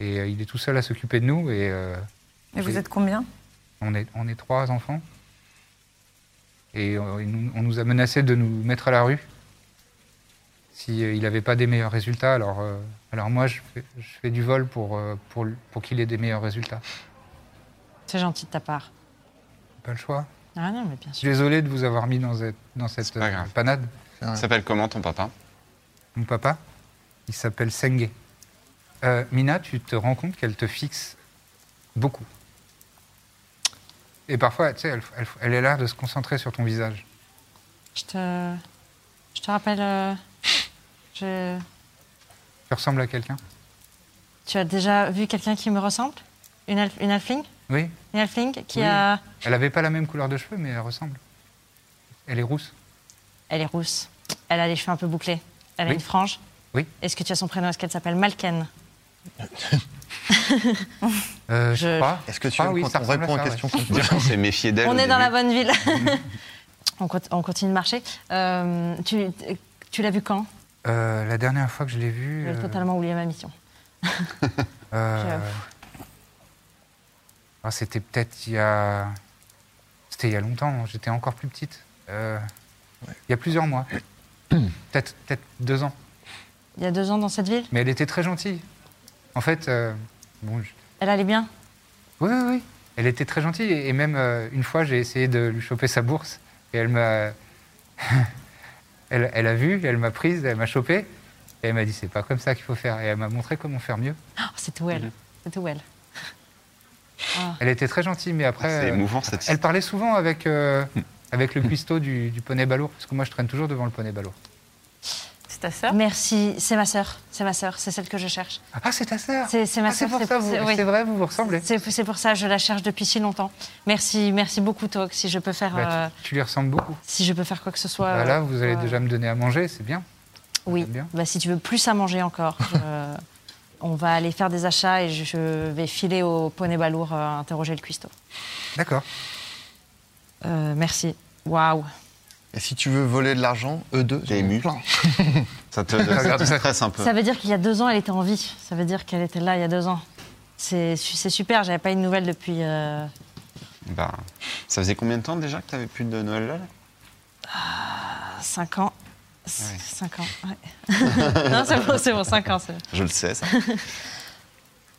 S1: Et euh, il est tout seul à s'occuper de nous et. euh,
S5: Et vous
S1: J'ai-
S5: êtes combien
S1: on est, on est trois enfants. Et euh, il nous- on, nous a menacé de nous mettre à la rue s'il si, euh, il n'avait pas des meilleurs résultats. Alors, euh, alors moi, je fais, je fais du vol pour, euh, pour, pour qu'il ait des meilleurs résultats.
S4: C'est gentil de ta part.
S1: Pas le choix.
S4: Ah non, mais bien
S1: Je
S4: sûr.
S1: suis désolé de vous avoir mis dans cette, dans cette
S3: C'est pas
S1: euh,
S3: grave.
S1: panade.
S3: Il s'appelle comment ton papa
S1: Mon papa, il s'appelle Senge. Euh, Mina, tu te rends compte qu'elle te fixe beaucoup. Et parfois, tu sais, elle, elle, elle est là de se concentrer sur ton visage.
S4: Je te. Je te rappelle. euh, je-
S1: Tu ressembles à quelqu'un
S4: Tu as déjà vu quelqu'un qui me ressemble Une, elf- une elfling
S1: Oui,
S4: Une elfling qui
S1: Oui.
S4: a.
S1: Elle avait pas la même couleur de cheveux, mais elle ressemble. Elle est rousse.
S4: Elle est rousse. Elle a les cheveux un peu bouclés. Elle a
S1: Oui.
S4: une frange.
S1: Oui.
S4: Est-ce que tu as son prénom Est-ce qu'elle s'appelle Malken
S1: Euh, je
S4: Je-
S1: sais pas.
S2: Est-ce que tu
S1: Ah
S2: aimes
S1: oui,
S2: quand
S1: ça
S2: on
S1: ressemble
S2: répond
S1: à
S2: aux
S1: ça,
S2: questions
S1: ouais.
S2: qu'on te pose
S3: Bah, On s'est méfié d'elle.
S4: On
S3: au
S4: est dans la
S3: début.
S4: bonne ville. on, cont- on continue de marcher. Euh, tu tu l'as vu quand
S1: Euh, La dernière fois que je l'ai vue.
S4: J'ai
S1: euh,
S4: totalement oublié ma mission.
S1: euh,
S4: J'avoue.
S1: ah, C'était peut-être il y a. C'était il y a longtemps. J'étais encore plus petite. Euh, Il y a plusieurs mois. peut-être peut-être deux ans.
S4: Il y a deux ans dans cette ville
S1: Mais elle était très gentille. En fait, euh, bon, je-
S4: Elle allait bien
S1: Oui, oui, oui. Elle était très gentille. Et et même euh, une fois, j'ai essayé de lui choper sa bourse. Et elle m'a. elle, elle a vu, elle m'a prise, elle m'a chopée. Et elle m'a dit, c'est pas comme ça qu'il faut faire. Et elle m'a montré comment faire mieux.
S4: Oh, C'est tout elle. C'est tout elle.
S1: Elle était très gentille, mais après.
S3: C'est
S1: euh,
S3: émouvant cette
S1: elle parlait souvent avec, euh, avec le cuistot du, du poney balourd. Parce que moi, je traîne toujours devant le poney balourd.
S5: C'est ta sœur
S4: Merci, c'est ma sœur. C'est ma sœur, c'est celle que je cherche.
S1: Ah, c'est ta sœur
S4: C'est- c'est ma
S1: Ah,
S4: sœur,
S1: C'est pour
S4: c'est-
S1: ça, vous-
S4: c'est- oui.
S1: c'est vrai, vous vous ressemblez.
S4: C'est c'est pour ça, je la cherche depuis si longtemps. Merci, merci beaucoup, Toc. Si je peux faire,
S1: Bah,
S4: euh,
S1: tu, tu lui ressembles beaucoup.
S4: si je peux faire quoi que ce soit.
S1: Bah, là,
S4: euh,
S1: vous allez
S4: euh,
S1: déjà me donner à manger, c'est bien.
S4: Oui.
S1: J'aime bien.
S4: Bah, si tu veux plus à manger encore, je- on va aller faire des achats et je, je vais filer au poney balourd euh, interroger le cuistot.
S1: D'accord.
S4: Euh, merci. Waouh.
S2: Et si tu veux voler de l'argent, eux deux,
S3: T'es
S2: ils ont
S3: ému
S2: plein.
S3: Ça te, ça te stresse un peu.
S4: Ça veut dire qu'il y a deux ans, elle était en vie. Ça veut dire qu'elle était là il y a deux ans. C'est su- c'est super. J'avais pas eu de nouvelles depuis. euh,
S3: Bah, ça faisait combien de temps déjà que t'avais plus de Noël là, là
S4: 5 ans.
S1: Ah
S3: Ouais.
S4: 5 ans, ouais. non, c'est bon, c'est bon, 5 ans. c'est bon.
S3: Je le sais, ça.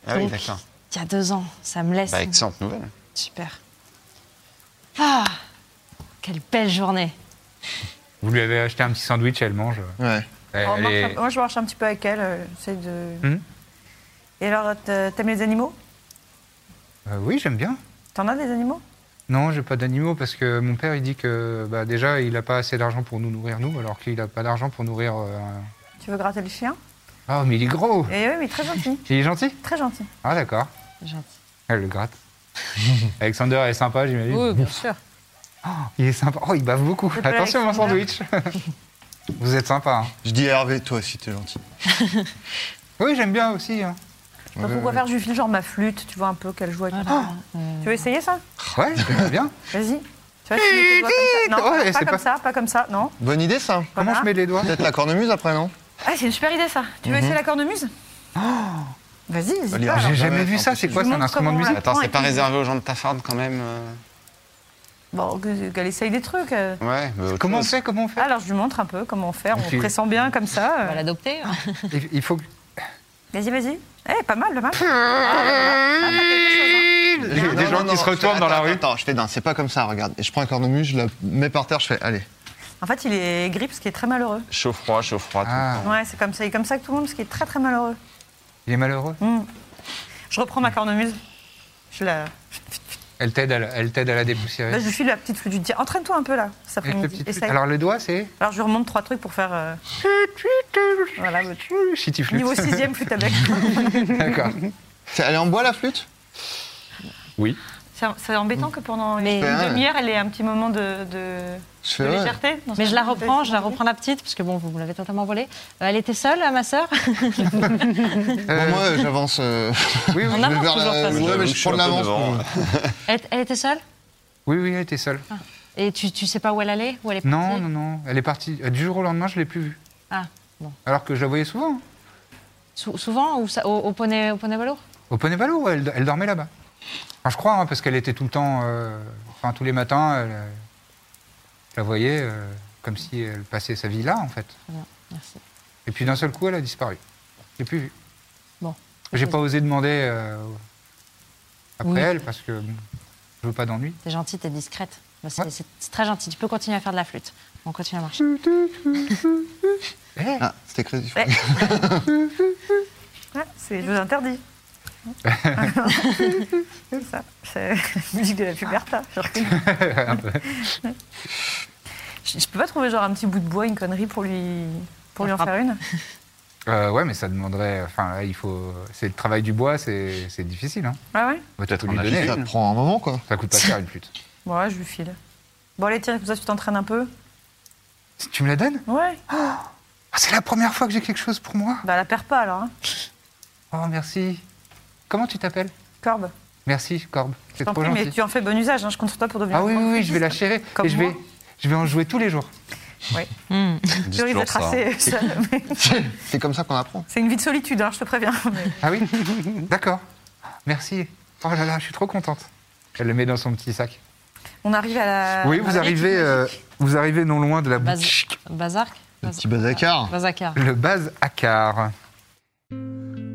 S3: ah oui,
S4: Donc,
S3: d'accord.
S4: Il y a 2 ans, ça me laisse.
S3: Bah, excellente nouvelle.
S4: Super. Ah, quelle belle journée.
S1: Vous lui avez acheté un petit sandwich, elle mange.
S2: Ouais.
S1: Elle-
S5: Alors, on
S1: elle
S5: marche
S1: est-
S5: un- Moi, je marche un petit peu avec elle. euh, J'essaie de...
S1: Hmm
S5: Et alors, t'a- t'aimes les animaux
S1: Euh, oui, j'aime bien.
S5: T'en as des animaux
S1: Non, j'ai pas d'animaux parce que mon père il dit que bah, déjà il a pas assez d'argent pour nous nourrir nous, alors qu'il a pas d'argent pour nourrir. euh, un-
S5: Tu veux gratter le chien
S1: Ah mais il est gros.
S5: Et oui, mais très gentil.
S1: Il est gentil.
S5: Très gentil.
S1: Ah d'accord.
S4: Gentil.
S1: Elle le gratte. Alexander est sympa, j'imagine.
S4: bien sûr.
S1: Il est sympa. Oh, il bave beaucoup.
S5: C'est pas
S1: Attention, mon
S5: Alexander.
S1: sandwich. Vous êtes sympa. hein.
S2: Je dis à Hervé, toi aussi, t'es gentil.
S1: Oui, j'aime bien aussi. hein.
S5: Je sais pas pourquoi faire, je lui file genre ma flûte, tu vois un peu qu'elle joue avec. Ah, Tu veux essayer ça
S1: Ouais, j'aime bien.
S5: Vas-y. Tu vois, tu mets tes doigts comme ça. Non,
S1: Ouais, c'est
S5: pas comme
S1: pas-
S5: ça, pas comme ça, non.
S2: Bonne idée, ça.
S1: Comment
S5: Voilà.
S1: je mets les doigts
S2: Peut-être la cornemuse après, non
S5: Ah, c'est une super idée ça.
S1: Mhm.
S5: Tu veux essayer la cornemuse
S1: Oh
S5: Vas-y,
S2: Allez,
S5: n'hésite pas,
S2: j'ai-
S5: alors.
S1: Ah, J'ai
S2: ouais,
S1: jamais
S2: ouais,
S1: vu
S2: attends,
S1: ça, c'est
S2: je
S1: quoi
S5: vous
S1: C'est un
S5: montre
S1: instrument de
S5: comment on
S1: musique
S3: Attends,
S5: Ouais,
S3: c'est pas réservé aux gens de Tafard quand même euh,
S5: Bon, que- qu'elle essaye des trucs. euh. Ah,
S3: Ouais. mais autre
S1: Comment on
S3: chose.
S1: fait Comment on fait
S5: Alors, je lui montre un peu comment faire. On
S1: Ok.
S5: pressent bien comme ça.
S4: On
S5: euh.
S4: va l'adopter. hein.
S1: Il il faut que-
S5: Vas-y, vas-y. Eh, pas mal, pas mal. hein.
S1: des des gens qui se retournent dans la rue.
S2: Attends, je fais non, c'est pas comme ça, regarde. Et je prends un cornemuse, je la mets par terre, je fais allez.
S5: En fait, il est grippe, ce qui est très malheureux.
S3: Chaud froid, chaud froid. tout le
S1: Ah.
S3: temps.
S5: Ouais, c'est comme ça. Il est comme ça que tout le monde, ce qui est très très malheureux. Hmm.
S1: Il est malheureux.
S5: Je reprends ma cornemuse. Je, la...
S1: Elle t'aide à la- elle t'aide à la dépoussiérer.
S5: Là, je lui file la petite flûte. Je lui dis entraîne-toi un peu là, cet
S1: Avec le
S5: après-midi.
S1: petit-
S5: Essaye. Alors...
S1: Alors le doigt, c'est
S5: je lui remonte trois trucs pour faire. euh, Voilà, votre-
S1: Shitty flûte.
S5: niveau sixième flûte à bec.
S1: D'accord.
S2: C'est- Elle est en bois la flûte
S1: Oui.
S5: C'est c'est embêtant que pendant une
S4: Mais-
S5: demi-heure, elle ait un petit moment de, de-
S2: Je
S5: de
S2: fais ouais.
S5: légèreté. dans
S4: Mais
S5: sa
S4: je la
S5: vie.
S4: reprends, je la reprends la petite, parce que bon, vous, vous l'avez totalement volée. Euh, elle était seule, euh, ma sœur.
S2: Bon, moi, euh, j'avance. euh,
S1: Oui, oui,
S4: On
S2: je vais
S4: avance
S2: vers
S4: toujours, de
S2: la...
S4: toute façon.
S2: Ouais, mais
S3: Je
S2: je
S3: suis
S2: prends de
S3: un peu
S2: l'avance.
S3: devant.
S2: moi.
S4: Elle, elle était seule
S1: oui, oui, elle était seule.
S5: Ah,
S4: Et tu, tu sais pas où elle allait Où elle est
S1: Non,
S4: partie
S1: non, non. Elle est partie. euh, Du jour au lendemain, je l'ai plus vue.
S4: Ah, bon.
S1: Alors que je la voyais souvent. hein.
S4: Sou- souvent ou ça- au, au poney, au poney Valour
S1: Au Poney Valo, ouais, elle, elle dormait là-bas. Enfin, je crois, hein, parce qu'elle était tout le temps. euh, Enfin, tous les matins, elle, euh, je la voyais euh, comme si elle passait sa vie là, en fait.
S4: Très bien, merci.
S1: Et puis d'un seul coup, elle a disparu. Je l'ai plus vue.
S4: Bon.
S1: J'ai pas osé demander euh, après
S4: Oui.
S1: elle, parce que bon, je veux pas d'ennui.
S4: T'es gentille, t'es discrète. Bah, c'est
S1: Ouais.
S4: c'est- c'est très gentil. Tu peux continuer à faire de la flûte. On continue à marcher.
S1: Eh,
S2: Ah, c'était crazy.
S5: Ouais. Ouais, c'est- je vous interdis. Comme ça. C'est la musique de la puberta. j'ai reconnu.
S1: un peu.
S5: Je, je peux pas trouver genre un petit bout de bois, une connerie pour lui, pour lui en
S4: Frappe.
S5: faire une
S1: Euh, ouais, mais ça demanderait. Enfin, là, il faut. C'est le travail du bois, c'est c'est difficile. Hein.
S5: Ah ouais
S1: Bah,
S3: Peut-être
S1: faut
S3: en
S1: lui
S3: acheter
S1: donner.
S2: Ça prend un moment, quoi.
S1: Ça coûte pas cher une flûte.
S5: Bon, ouais, je lui file. Bon, allez, tiens, comme ça, tu t'entraînes un peu.
S1: Si Tu me la donnes
S5: Ouais.
S1: Ah, C'est la première fois que j'ai quelque chose pour moi.
S5: Bah, la perds pas alors. hein.
S1: Oh, merci. Comment tu t'appelles
S5: Corbe.
S1: Merci, Corbe. C'est
S5: Je t'en
S1: trop
S5: prie, mais
S1: gentil.
S5: tu en fais bon usage. hein, Je compte sur toi pour devenir.
S1: Ah oui,
S5: un
S1: oui,
S5: grand
S1: oui, je vais la
S5: flûtiste.
S1: chérir.
S5: Comme
S1: Et je vais,
S5: moi.
S1: je vais en jouer tous les jours.
S3: Dis
S5: Tu risques
S3: toujours
S5: d'être
S3: ça.
S5: assez seule, mais
S2: C'est comme ça qu'on apprend.
S5: C'est une vie de solitude, hein, je te préviens. mais-
S1: Ah oui D'accord. Merci. Oh là là, je suis trop contente. Elle le met dans son petit sac.
S5: On arrive à la.
S1: oui, vous
S5: à la
S1: arrivez, euh, vous arrivez non loin de la
S4: Baz-
S1: boutique.
S4: Bazark
S2: Le
S4: Baz-
S2: petit bazakar.
S4: Bazakar.
S1: Le base Akar.